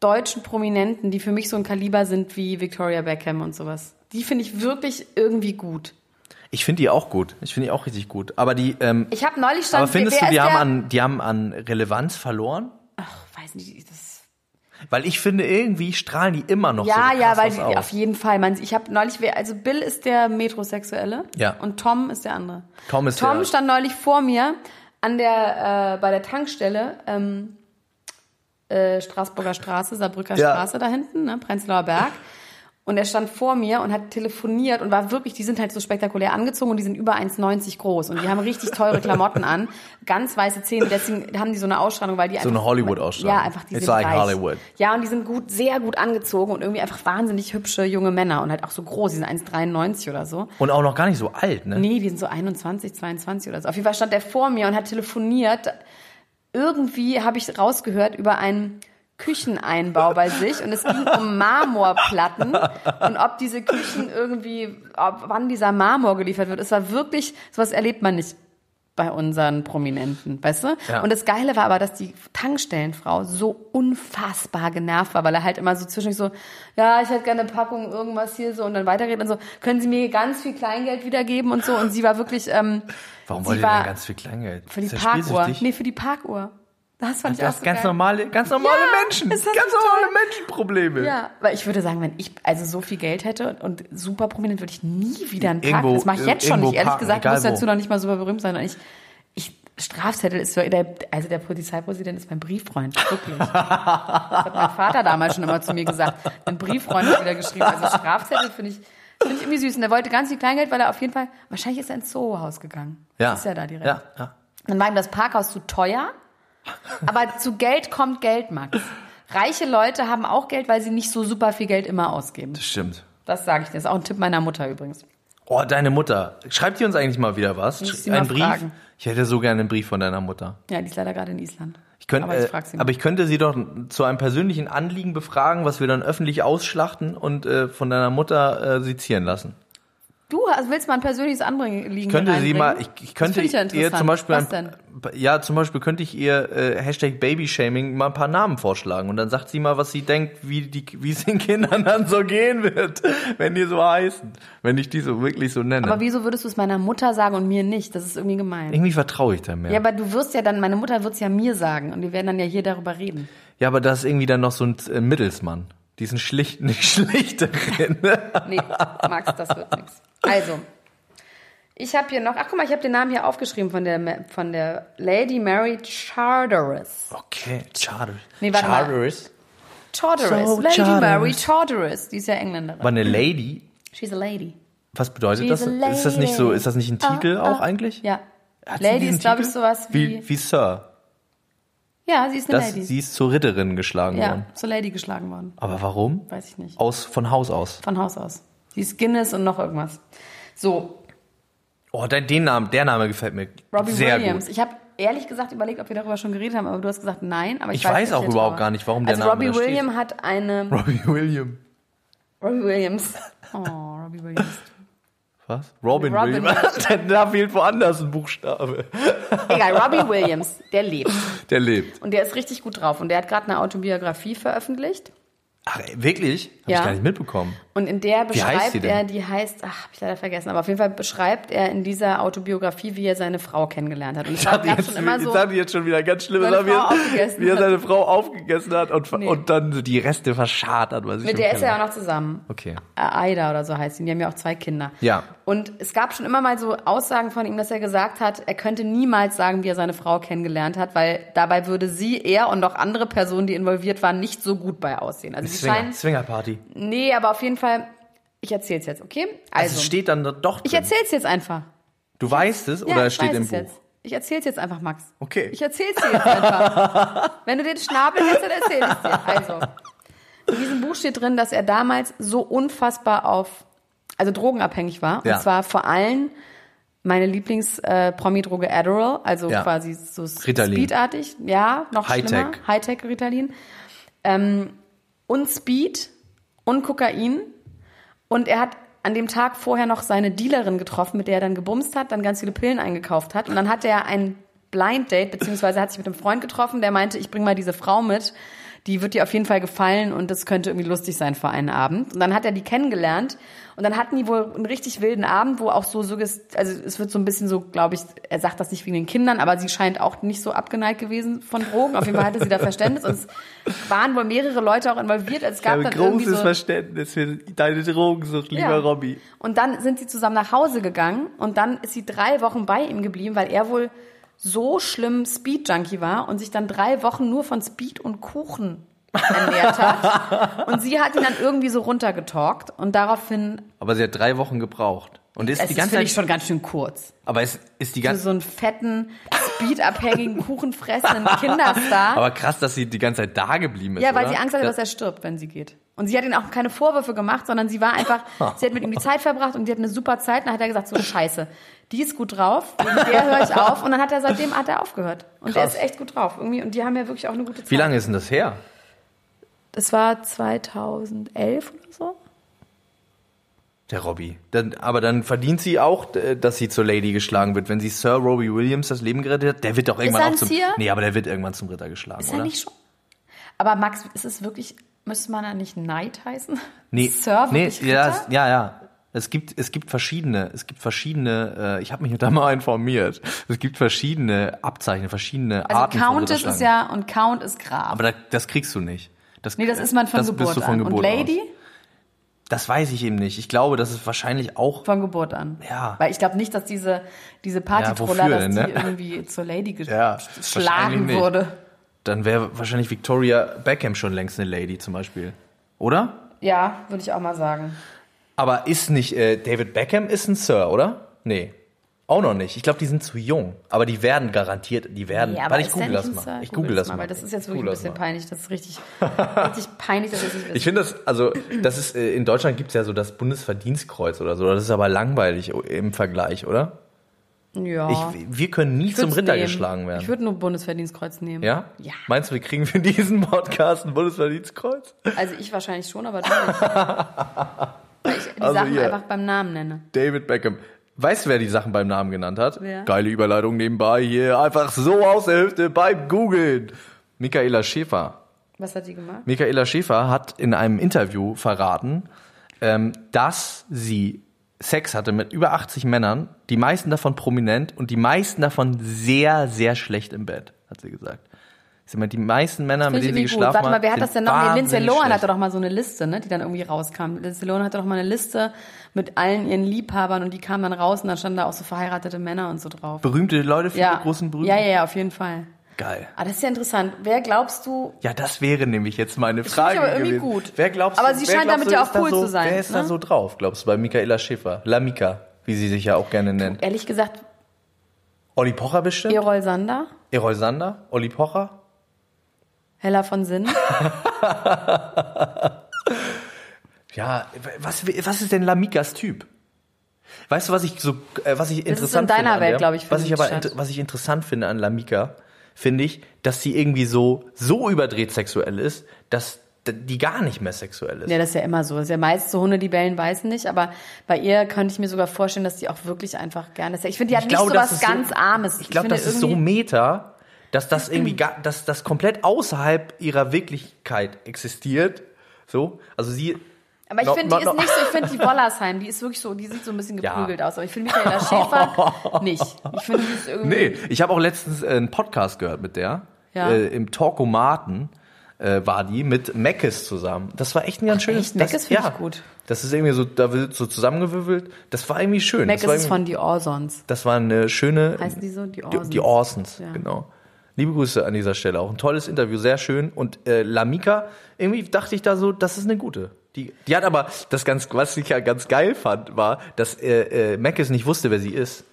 [SPEAKER 3] deutschen Prominenten, die für mich so ein Kaliber sind wie Victoria Beckham und sowas. Die finde ich wirklich irgendwie gut.
[SPEAKER 4] Ich finde die auch gut. Ich finde die auch richtig gut. Aber die, ähm,
[SPEAKER 3] Ich habe neulich stand,
[SPEAKER 4] aber findest
[SPEAKER 3] wer
[SPEAKER 4] du, die
[SPEAKER 3] ist
[SPEAKER 4] haben
[SPEAKER 3] der?
[SPEAKER 4] an, die haben an Relevanz verloren?
[SPEAKER 3] Ach, weiß nicht, das
[SPEAKER 4] Weil ich finde, irgendwie strahlen die immer noch so
[SPEAKER 3] ja,
[SPEAKER 4] krass
[SPEAKER 3] ja, weil
[SPEAKER 4] was
[SPEAKER 3] die,
[SPEAKER 4] aus.
[SPEAKER 3] auf jeden Fall. Man, ich habe neulich, wer- also Bill ist der Metrosexuelle
[SPEAKER 4] Ja.
[SPEAKER 3] und Tom ist der andere.
[SPEAKER 4] Tom ist
[SPEAKER 3] Tom
[SPEAKER 4] der-
[SPEAKER 3] stand neulich vor mir an der äh, bei der Tankstelle ähm, äh, Straßburger Straße, Saarbrücker
[SPEAKER 4] Ja.
[SPEAKER 3] Straße da hinten, ne, Prenzlauer Berg. Und er stand vor mir und hat telefoniert und war wirklich, die sind halt so spektakulär angezogen und die sind über 1,90 groß und die haben richtig teure Klamotten an, ganz weiße Zähne, deswegen haben die so eine Ausstrahlung, weil die
[SPEAKER 4] So eine Hollywood-Ausstrahlung.
[SPEAKER 3] Ja, einfach die
[SPEAKER 4] It's
[SPEAKER 3] sind
[SPEAKER 4] like
[SPEAKER 3] reich.
[SPEAKER 4] Hollywood.
[SPEAKER 3] Ja, und die sind gut, sehr gut angezogen und irgendwie einfach wahnsinnig hübsche junge Männer und halt auch so groß, die sind 1,93 oder so.
[SPEAKER 4] Und auch noch gar nicht so alt, ne?
[SPEAKER 3] Nee, die sind so 21, 22 oder so. Auf jeden Fall stand der vor mir und hat telefoniert. Irgendwie habe ich rausgehört über einen Kücheneinbau bei sich und es ging um Marmorplatten und ob diese Küchen irgendwie, ob, wann dieser Marmor geliefert wird. Es war wirklich, sowas erlebt man nicht bei unseren Prominenten, weißt du?
[SPEAKER 4] Ja.
[SPEAKER 3] Und das Geile war aber, dass die Tankstellenfrau so unfassbar genervt war, weil er halt immer so zwischendurch so, ja, ich hätte gerne eine Packung irgendwas hier so und dann weiterredet und so, können Sie mir ganz viel Kleingeld wiedergeben und so und sie war wirklich, ähm,
[SPEAKER 4] Warum
[SPEAKER 3] sie
[SPEAKER 4] wollt ihr
[SPEAKER 3] war
[SPEAKER 4] denn ganz viel Kleingeld?
[SPEAKER 3] für die
[SPEAKER 4] Ist ja
[SPEAKER 3] Parkuhr,
[SPEAKER 4] spielsüchtig.
[SPEAKER 3] nee, für die Parkuhr. Das fand ich auch
[SPEAKER 4] Das
[SPEAKER 3] so
[SPEAKER 4] ist ganz
[SPEAKER 3] geil.
[SPEAKER 4] normale, ganz normale
[SPEAKER 3] Ja,
[SPEAKER 4] Menschen.
[SPEAKER 3] ist
[SPEAKER 4] Ganz
[SPEAKER 3] das nicht
[SPEAKER 4] normale
[SPEAKER 3] toll?
[SPEAKER 4] Menschenprobleme.
[SPEAKER 3] Ja, weil ich würde sagen, wenn ich also so viel Geld hätte und, und super prominent, würde ich nie wieder einen Park.
[SPEAKER 4] Irgendwo-
[SPEAKER 3] das mache ich jetzt schon
[SPEAKER 4] irgendwo
[SPEAKER 3] nicht. Ehrlich
[SPEAKER 4] parken,
[SPEAKER 3] gesagt,
[SPEAKER 4] egal
[SPEAKER 3] muss dazu
[SPEAKER 4] wo.
[SPEAKER 3] noch nicht mal super berühmt sein. Und Ich, ich Strafzettel ist so, der, also der Polizeipräsident ist mein Brieffreund, wirklich. Das hat mein Vater damals schon immer zu mir gesagt. Ein Brieffreund hat wieder geschrieben. Also Strafzettel finde ich, finde ich irgendwie süß. Und er wollte ganz viel Kleingeld, weil er auf jeden Fall, wahrscheinlich ist er ins Zoohaus gegangen. Ist ja da direkt.
[SPEAKER 4] Ja, ja.
[SPEAKER 3] Dann war ihm das Parkhaus zu teuer. Aber zu Geld kommt Geld, Max. Reiche Leute haben auch Geld, weil sie nicht so super viel Geld immer ausgeben.
[SPEAKER 4] Das stimmt.
[SPEAKER 3] Das sage ich dir. Das ist auch ein Tipp meiner Mutter übrigens.
[SPEAKER 4] Oh, deine Mutter. Schreibt die uns eigentlich mal wieder was?
[SPEAKER 3] Muss ich sie
[SPEAKER 4] Ein
[SPEAKER 3] mal
[SPEAKER 4] Brief?
[SPEAKER 3] fragen.
[SPEAKER 4] Ich hätte so gerne einen Brief von deiner Mutter.
[SPEAKER 3] Ja, die ist leider gerade in Island.
[SPEAKER 4] Ich könnte,
[SPEAKER 3] aber ich frage sie.
[SPEAKER 4] äh, aber ich könnte sie doch zu einem persönlichen Anliegen befragen, was wir dann öffentlich ausschlachten und äh, von deiner Mutter äh, sezieren lassen.
[SPEAKER 3] du hast- willst mal ein persönliches Anbringen liegen.
[SPEAKER 4] Ich könnte sie mal, ich, ich könnte
[SPEAKER 3] das find ich ja
[SPEAKER 4] ihr
[SPEAKER 3] interessant.
[SPEAKER 4] zum Beispiel,
[SPEAKER 3] Was
[SPEAKER 4] ein,
[SPEAKER 3] denn?
[SPEAKER 4] ja, zum Beispiel könnte ich ihr äh, Hashtag Babyshaming mal ein paar Namen vorschlagen und dann sagt sie mal, was sie denkt, wie die, wie es den Kindern dann so gehen wird, wenn die so heißen, wenn ich die so wirklich so nenne.
[SPEAKER 3] Aber wieso würdest du es meiner Mutter sagen und mir nicht? Das ist irgendwie gemein.
[SPEAKER 4] Irgendwie vertraue ich da mehr.
[SPEAKER 3] ja, aber du wirst ja dann, meine Mutter wird es ja mir sagen und wir werden dann ja hier darüber reden.
[SPEAKER 4] Ja, aber da ist irgendwie dann noch so ein äh, Mittelsmann. Diesen schlichten, schlichteren.
[SPEAKER 3] Nee, Max, das wird nichts. Also, ich habe hier noch, ach guck mal, ich habe den Namen hier aufgeschrieben von der, Ma- von der Lady Mary Charteris.
[SPEAKER 4] Okay, Charter.
[SPEAKER 3] Nee, warte mal. Charteris,
[SPEAKER 4] So,
[SPEAKER 3] Lady
[SPEAKER 4] Charteris.
[SPEAKER 3] Mary Charteris, die ist ja Engländerin.
[SPEAKER 4] War eine Lady.
[SPEAKER 3] She's a lady.
[SPEAKER 4] Was bedeutet
[SPEAKER 3] She's
[SPEAKER 4] das?
[SPEAKER 3] a lady.
[SPEAKER 4] Ist das nicht so, ist das nicht ein Titel auch eigentlich?
[SPEAKER 3] Ja.
[SPEAKER 4] Hat sie
[SPEAKER 3] lady
[SPEAKER 4] diesen
[SPEAKER 3] ist, glaube ich,
[SPEAKER 4] Titel?
[SPEAKER 3] sowas wie,
[SPEAKER 4] Wie, wie Sir.
[SPEAKER 3] ja, sie ist eine
[SPEAKER 4] Das,
[SPEAKER 3] Lady.
[SPEAKER 4] sie ist zur Ritterin geschlagen
[SPEAKER 3] ja,
[SPEAKER 4] worden.
[SPEAKER 3] zur Lady geschlagen worden.
[SPEAKER 4] Aber warum?
[SPEAKER 3] Weiß ich nicht.
[SPEAKER 4] Aus, von Haus aus.
[SPEAKER 3] Von Haus aus. Sie ist Guinness und noch irgendwas. So,
[SPEAKER 4] Oh, der, den Namen, der Name gefällt mir
[SPEAKER 3] Robbie
[SPEAKER 4] sehr
[SPEAKER 3] Williams.
[SPEAKER 4] gut.
[SPEAKER 3] Ich habe ehrlich gesagt überlegt, ob wir darüber schon geredet haben, aber du hast gesagt nein. Aber ich,
[SPEAKER 4] Ich weiß
[SPEAKER 3] nicht,
[SPEAKER 4] auch
[SPEAKER 3] jetzt
[SPEAKER 4] überhaupt
[SPEAKER 3] aber-
[SPEAKER 4] gar nicht, warum der
[SPEAKER 3] also
[SPEAKER 4] Name
[SPEAKER 3] Robbie
[SPEAKER 4] da steht.
[SPEAKER 3] Williams hat eine
[SPEAKER 4] Robbie Williams.
[SPEAKER 3] Robbie Williams. Oh, Robbie Williams.
[SPEAKER 4] Was? Robin,
[SPEAKER 3] Robin
[SPEAKER 4] Williams. Der- da fehlt woanders ein Buchstabe.
[SPEAKER 3] Egal, Robbie Williams, der lebt
[SPEAKER 4] Der lebt.
[SPEAKER 3] und der ist richtig gut drauf und der hat gerade eine Autobiografie veröffentlicht
[SPEAKER 4] Ach, ey, wirklich? Hab
[SPEAKER 3] Ja.
[SPEAKER 4] ich gar nicht mitbekommen.
[SPEAKER 3] und in der
[SPEAKER 4] Wie heißt
[SPEAKER 3] beschreibt
[SPEAKER 4] sie denn?
[SPEAKER 3] er, die heißt, ach, hab ich leider vergessen, aber auf jeden Fall beschreibt er in dieser Autobiografie, wie er seine Frau kennengelernt hat und es
[SPEAKER 4] Ich
[SPEAKER 3] war
[SPEAKER 4] hatte
[SPEAKER 3] gab
[SPEAKER 4] jetzt,
[SPEAKER 3] schon immer
[SPEAKER 4] ich
[SPEAKER 3] so
[SPEAKER 4] dachte jetzt schon wieder ganz schlimm,
[SPEAKER 3] seine
[SPEAKER 4] wie,
[SPEAKER 3] Frau
[SPEAKER 4] er-
[SPEAKER 3] aufgegessen
[SPEAKER 4] wie er
[SPEAKER 3] hat.
[SPEAKER 4] seine Frau aufgegessen hat und, ver-
[SPEAKER 3] Nee.
[SPEAKER 4] und dann so die Reste verscharrt hat. Was ich
[SPEAKER 3] mit
[SPEAKER 4] schon
[SPEAKER 3] der ist
[SPEAKER 4] kenne.
[SPEAKER 3] er ja auch noch zusammen.
[SPEAKER 4] Okay.
[SPEAKER 3] Aida oder so heißt sie. Die haben ja auch zwei Kinder.
[SPEAKER 4] Ja.
[SPEAKER 3] Und es gab schon immer mal so Aussagen von ihm, dass er gesagt hat, er könnte niemals sagen, wie er seine Frau kennengelernt hat, weil dabei würde sie, er und auch andere Personen, die involviert waren, nicht so gut bei aussehen. Also sie
[SPEAKER 4] Swinger,
[SPEAKER 3] scheinen. Also.
[SPEAKER 4] Swingerparty.
[SPEAKER 3] Nee, aber auf jeden Fall, ich erzähl's jetzt, okay?
[SPEAKER 4] Also
[SPEAKER 3] Also,
[SPEAKER 4] es steht dann doch
[SPEAKER 3] ich
[SPEAKER 4] drin.
[SPEAKER 3] erzähl's jetzt einfach.
[SPEAKER 4] Du weißt es
[SPEAKER 3] Ja,
[SPEAKER 4] oder
[SPEAKER 3] ich
[SPEAKER 4] es steht
[SPEAKER 3] weiß
[SPEAKER 4] im
[SPEAKER 3] es
[SPEAKER 4] Buch?
[SPEAKER 3] Jetzt. Ich erzähl's jetzt einfach, Max.
[SPEAKER 4] Okay.
[SPEAKER 3] Ich erzähl's dir jetzt einfach. Wenn du den Schnabel hättest, dann erzähl ich's dir. Also, in diesem Buch steht drin, dass er damals so unfassbar auf, also drogenabhängig war.
[SPEAKER 4] Ja.
[SPEAKER 3] Und zwar vor allem meine Lieblings-Promi-Droge Adderall, also
[SPEAKER 4] Ja.
[SPEAKER 3] quasi so s-
[SPEAKER 4] Ritalin.
[SPEAKER 3] speedartig. Ja, noch
[SPEAKER 4] Hightech.
[SPEAKER 3] schlimmer. Hightech-Ritalin. Ähm, und Speed und Kokain. Und er hat an dem Tag vorher noch seine Dealerin getroffen, mit der er dann gebumst hat, dann ganz viele Pillen eingekauft hat. Und dann hatte er ein Blind Date, beziehungsweise hat sich mit einem Freund getroffen, der meinte, ich bringe mal diese Frau mit, die wird dir auf jeden Fall gefallen und das könnte irgendwie lustig sein für einen Abend. Und dann hat er die kennengelernt und dann hatten die wohl einen richtig wilden Abend, wo auch so, suggest- also es wird so ein bisschen so, glaube ich, er sagt das nicht wegen den Kindern, aber sie scheint auch nicht so abgeneigt gewesen von Drogen. Auf jeden Fall hatte sie da Verständnis und es waren wohl mehrere Leute auch involviert. Es
[SPEAKER 4] Ich
[SPEAKER 3] gab
[SPEAKER 4] habe
[SPEAKER 3] dann irgendwie
[SPEAKER 4] großes
[SPEAKER 3] so
[SPEAKER 4] Verständnis für deine Drogensucht, lieber
[SPEAKER 3] ja.
[SPEAKER 4] Robby.
[SPEAKER 3] Und dann sind sie zusammen nach Hause gegangen und dann ist sie drei Wochen bei ihm geblieben, weil er wohl so schlimm Speed-Junkie war und sich dann drei Wochen nur von Speed und Kuchen ernährt hat. Und sie hat ihn dann irgendwie so runtergetalkt und daraufhin,
[SPEAKER 4] Aber sie hat drei Wochen gebraucht. Und ist
[SPEAKER 3] es
[SPEAKER 4] die
[SPEAKER 3] ist,
[SPEAKER 4] ganze
[SPEAKER 3] finde ich,
[SPEAKER 4] Zeit,
[SPEAKER 3] schon ganz schön kurz.
[SPEAKER 4] aber es ist die
[SPEAKER 3] Für
[SPEAKER 4] ganze,
[SPEAKER 3] so einen fetten, speedabhängigen, kuchenfressenden Kinderstar.
[SPEAKER 4] aber krass, dass sie die ganze Zeit da geblieben ist.
[SPEAKER 3] Ja, weil
[SPEAKER 4] oder?
[SPEAKER 3] sie Angst hatte, dass er stirbt, wenn sie geht. Und sie hat ihm auch keine Vorwürfe gemacht, sondern sie war einfach, sie hat mit ihm die Zeit verbracht und sie hat eine super Zeit. Und dann hat er gesagt, so scheiße, die ist gut drauf, mit der höre ich auf. Und dann hat er seitdem hat er aufgehört. Und der
[SPEAKER 4] Krass.
[SPEAKER 3] ist echt gut drauf. Irgendwie. Und die haben ja wirklich auch eine gute Zeit.
[SPEAKER 4] Wie lange ist denn das her?
[SPEAKER 3] Das war 2011 oder so.
[SPEAKER 4] Der Robbie. Dann, aber dann verdient sie auch, äh, dass sie zur Lady geschlagen wird. Wenn sie Sir Robbie Williams das Leben gerettet hat, der wird doch irgendwann
[SPEAKER 3] er
[SPEAKER 4] auch
[SPEAKER 3] ein
[SPEAKER 4] zum
[SPEAKER 3] Tier?
[SPEAKER 4] Nee, aber der wird irgendwann zum Ritter geschlagen,
[SPEAKER 3] Ist
[SPEAKER 4] oder?
[SPEAKER 3] ja nicht schon. Aber Max, ist es wirklich, müsste man da nicht Knight heißen?
[SPEAKER 4] nee,
[SPEAKER 3] Sir,
[SPEAKER 4] nee,
[SPEAKER 3] wirklich
[SPEAKER 4] ja,
[SPEAKER 3] Ritter?
[SPEAKER 4] es- ja, ja. Es gibt es gibt verschiedene, es gibt verschiedene, äh, ich habe mich da mal informiert. Es gibt verschiedene Abzeichen, verschiedene Arten
[SPEAKER 3] Also
[SPEAKER 4] von
[SPEAKER 3] Countess ist
[SPEAKER 4] Ritterschlagen.
[SPEAKER 3] ja, und Count ist Graf.
[SPEAKER 4] aber da, das kriegst du nicht. Das, äh,
[SPEAKER 3] nee, das ist man von
[SPEAKER 4] das
[SPEAKER 3] Geburt
[SPEAKER 4] bist du von
[SPEAKER 3] an.
[SPEAKER 4] Geburt
[SPEAKER 3] und Lady?
[SPEAKER 4] Aus. Das weiß ich eben nicht. Ich glaube, das ist wahrscheinlich auch
[SPEAKER 3] Von Geburt an.
[SPEAKER 4] Ja.
[SPEAKER 3] Weil ich glaube nicht, dass diese, diese
[SPEAKER 4] Ja,
[SPEAKER 3] Partytroller,
[SPEAKER 4] wofür
[SPEAKER 3] dass
[SPEAKER 4] denn,
[SPEAKER 3] die
[SPEAKER 4] ne?
[SPEAKER 3] irgendwie zur Lady
[SPEAKER 4] Ja, wahrscheinlich
[SPEAKER 3] geschlagen
[SPEAKER 4] nicht.
[SPEAKER 3] wurde.
[SPEAKER 4] dann wäre wahrscheinlich Victoria Beckham schon längst eine Lady zum Beispiel. Oder?
[SPEAKER 3] Ja, würde ich auch mal sagen.
[SPEAKER 4] Aber ist nicht, äh, David Beckham ist ein Sir, oder? Nee. Auch noch nicht. Ich glaube, die sind zu jung. Aber die werden garantiert, die werden.
[SPEAKER 3] aber
[SPEAKER 4] Warte, ich
[SPEAKER 3] ist der
[SPEAKER 4] google
[SPEAKER 3] nicht
[SPEAKER 4] das
[SPEAKER 3] ein
[SPEAKER 4] mal.
[SPEAKER 3] Sir?
[SPEAKER 4] Ich
[SPEAKER 3] Google
[SPEAKER 4] google das mal.
[SPEAKER 3] Weil das ist jetzt
[SPEAKER 4] Ich
[SPEAKER 3] wirklich
[SPEAKER 4] google
[SPEAKER 3] ein
[SPEAKER 4] das
[SPEAKER 3] bisschen
[SPEAKER 4] mal.
[SPEAKER 3] peinlich. Das ist richtig, richtig peinlich, dass das nicht
[SPEAKER 4] Ich
[SPEAKER 3] ist.
[SPEAKER 4] finde das, also, das ist, äh, in Deutschland gibt es ja so das Bundesverdienstkreuz oder so. Das ist aber langweilig im Vergleich, oder?
[SPEAKER 3] Ja.
[SPEAKER 4] Ich, wir können nie
[SPEAKER 3] Oh. Ich
[SPEAKER 4] zum
[SPEAKER 3] würd's
[SPEAKER 4] Ritter
[SPEAKER 3] nehmen.
[SPEAKER 4] geschlagen werden.
[SPEAKER 3] Ich würde nur Bundesverdienstkreuz nehmen.
[SPEAKER 4] ja?
[SPEAKER 3] Ja.
[SPEAKER 4] Meinst du, wir kriegen für diesen Podcast ein Bundesverdienstkreuz?
[SPEAKER 3] Also ich wahrscheinlich schon, aber du nicht. Weil ich die
[SPEAKER 4] Also
[SPEAKER 3] Sachen
[SPEAKER 4] hier.
[SPEAKER 3] einfach beim Namen nenne.
[SPEAKER 4] David Beckham. Weißt du, wer die Sachen beim Namen genannt hat?
[SPEAKER 3] Wer?
[SPEAKER 4] Geile Überleitung nebenbei hier. Einfach so aus der Hüfte beim Googlen. Michaela Schäfer.
[SPEAKER 3] Was hat die gemacht?
[SPEAKER 4] Michaela Schäfer hat in einem Interview verraten, ähm, dass sie Sex hatte mit über 80 Männern, die meisten davon prominent und die meisten davon sehr, sehr schlecht im Bett, hat sie gesagt. Sie meint, die meisten Männer, mit
[SPEAKER 3] Finde
[SPEAKER 4] denen
[SPEAKER 3] ich
[SPEAKER 4] sie
[SPEAKER 3] irgendwie gut.
[SPEAKER 4] geschlafen
[SPEAKER 3] Warte mal, wer hat
[SPEAKER 4] sind
[SPEAKER 3] das denn noch? Nee, Lindsay
[SPEAKER 4] wahnsinnig
[SPEAKER 3] Lohan
[SPEAKER 4] schlecht.
[SPEAKER 3] hatte doch mal so eine Liste, ne, die dann irgendwie rauskam. Lindsay Lohan hatte doch mal eine Liste mit allen ihren Liebhabern und die kamen dann raus und dann standen da auch so verheiratete Männer und so drauf.
[SPEAKER 4] Berühmte Leute, viele
[SPEAKER 3] Ja.
[SPEAKER 4] großen Brüder.
[SPEAKER 3] Ja, ja, ja, auf jeden Fall.
[SPEAKER 4] Geil.
[SPEAKER 3] Ah, das ist ja interessant. Wer glaubst du?
[SPEAKER 4] Ja, das wäre nämlich jetzt meine
[SPEAKER 3] finde ich
[SPEAKER 4] Frage
[SPEAKER 3] aber irgendwie
[SPEAKER 4] gewesen.
[SPEAKER 3] gut.
[SPEAKER 4] Wer glaubst
[SPEAKER 3] Aber
[SPEAKER 4] du,
[SPEAKER 3] sie
[SPEAKER 4] wer
[SPEAKER 3] scheint
[SPEAKER 4] glaubst
[SPEAKER 3] damit ja
[SPEAKER 4] du, ist
[SPEAKER 3] auch
[SPEAKER 4] da
[SPEAKER 3] cool
[SPEAKER 4] so,
[SPEAKER 3] zu sein,
[SPEAKER 4] Wer ist da
[SPEAKER 3] ne?
[SPEAKER 4] so drauf, glaubst du, bei Michaela Schäfer? La Mika, wie sie sich ja auch gerne nennt.
[SPEAKER 3] Ehrlich gesagt,
[SPEAKER 4] Olli Pocher bestimmt?
[SPEAKER 3] Erol Sander,
[SPEAKER 4] Erol Sander? Olli Pocher?
[SPEAKER 3] Hella von Sinn.
[SPEAKER 4] Ja, was, was ist denn Lamikas Typ? Weißt du, was ich so, äh, was ich interessant
[SPEAKER 3] in deiner
[SPEAKER 4] finde? an
[SPEAKER 3] Welt,
[SPEAKER 4] der-
[SPEAKER 3] glaub ich,
[SPEAKER 4] Was
[SPEAKER 3] findet
[SPEAKER 4] ich aber,
[SPEAKER 3] statt.
[SPEAKER 4] inter- was ich interessant finde an Lamika, finde ich, dass sie irgendwie so, so überdreht sexuell ist, dass d- die gar nicht mehr sexuell ist.
[SPEAKER 3] Ja, das ist ja immer so. Das ist ja meist so Hunde, die bellen, beißen nicht. Aber bei ihr könnte ich mir sogar vorstellen, dass die auch wirklich einfach gerne. Ich finde, die hat
[SPEAKER 4] Ich
[SPEAKER 3] nicht
[SPEAKER 4] glaube,
[SPEAKER 3] so was
[SPEAKER 4] das ist so-
[SPEAKER 3] ganz Armes.
[SPEAKER 4] ich glaube,
[SPEAKER 3] finde
[SPEAKER 4] das ist so
[SPEAKER 3] irgendwie-
[SPEAKER 4] meta, dass das irgendwie, gar, dass das komplett außerhalb ihrer Wirklichkeit existiert. So, also sie.
[SPEAKER 3] Aber ich
[SPEAKER 4] No-
[SPEAKER 3] finde,
[SPEAKER 4] no-
[SPEAKER 3] die
[SPEAKER 4] no-
[SPEAKER 3] ist nicht so, ich finde die Wollersheim, die ist wirklich so, die sieht so ein bisschen
[SPEAKER 4] Ja.
[SPEAKER 3] geprügelt aus. Aber ich finde Michaela Schäfer nicht. Ich finde, die ist irgendwie.
[SPEAKER 4] Nee, ich habe auch letztens äh, einen Podcast gehört mit der.
[SPEAKER 3] Ja.
[SPEAKER 4] Äh, Im Talkomaten äh, war die mit Meckes zusammen. Das war echt ein ganz schönes
[SPEAKER 3] echt? Meckes
[SPEAKER 4] das-
[SPEAKER 3] find ich gut.
[SPEAKER 4] Das ist irgendwie so, da wird so zusammengewürfelt. Das war irgendwie schön.
[SPEAKER 3] Mac
[SPEAKER 4] das, war
[SPEAKER 3] ist es
[SPEAKER 4] irgendwie-
[SPEAKER 3] von die Orsons.
[SPEAKER 4] das war eine schöne.
[SPEAKER 3] Heißen die so? Die
[SPEAKER 4] Die,
[SPEAKER 3] Orsons.
[SPEAKER 4] die Orsons,
[SPEAKER 3] Ja.
[SPEAKER 4] genau. Liebe Grüße an dieser Stelle. Auch ein tolles Interview, sehr schön. Und äh, Lamika, irgendwie dachte ich da so, das ist eine gute. Die, die hat aber das ganz, was ich ja ganz geil fand, war, dass äh, äh, Mackes nicht wusste, wer sie ist.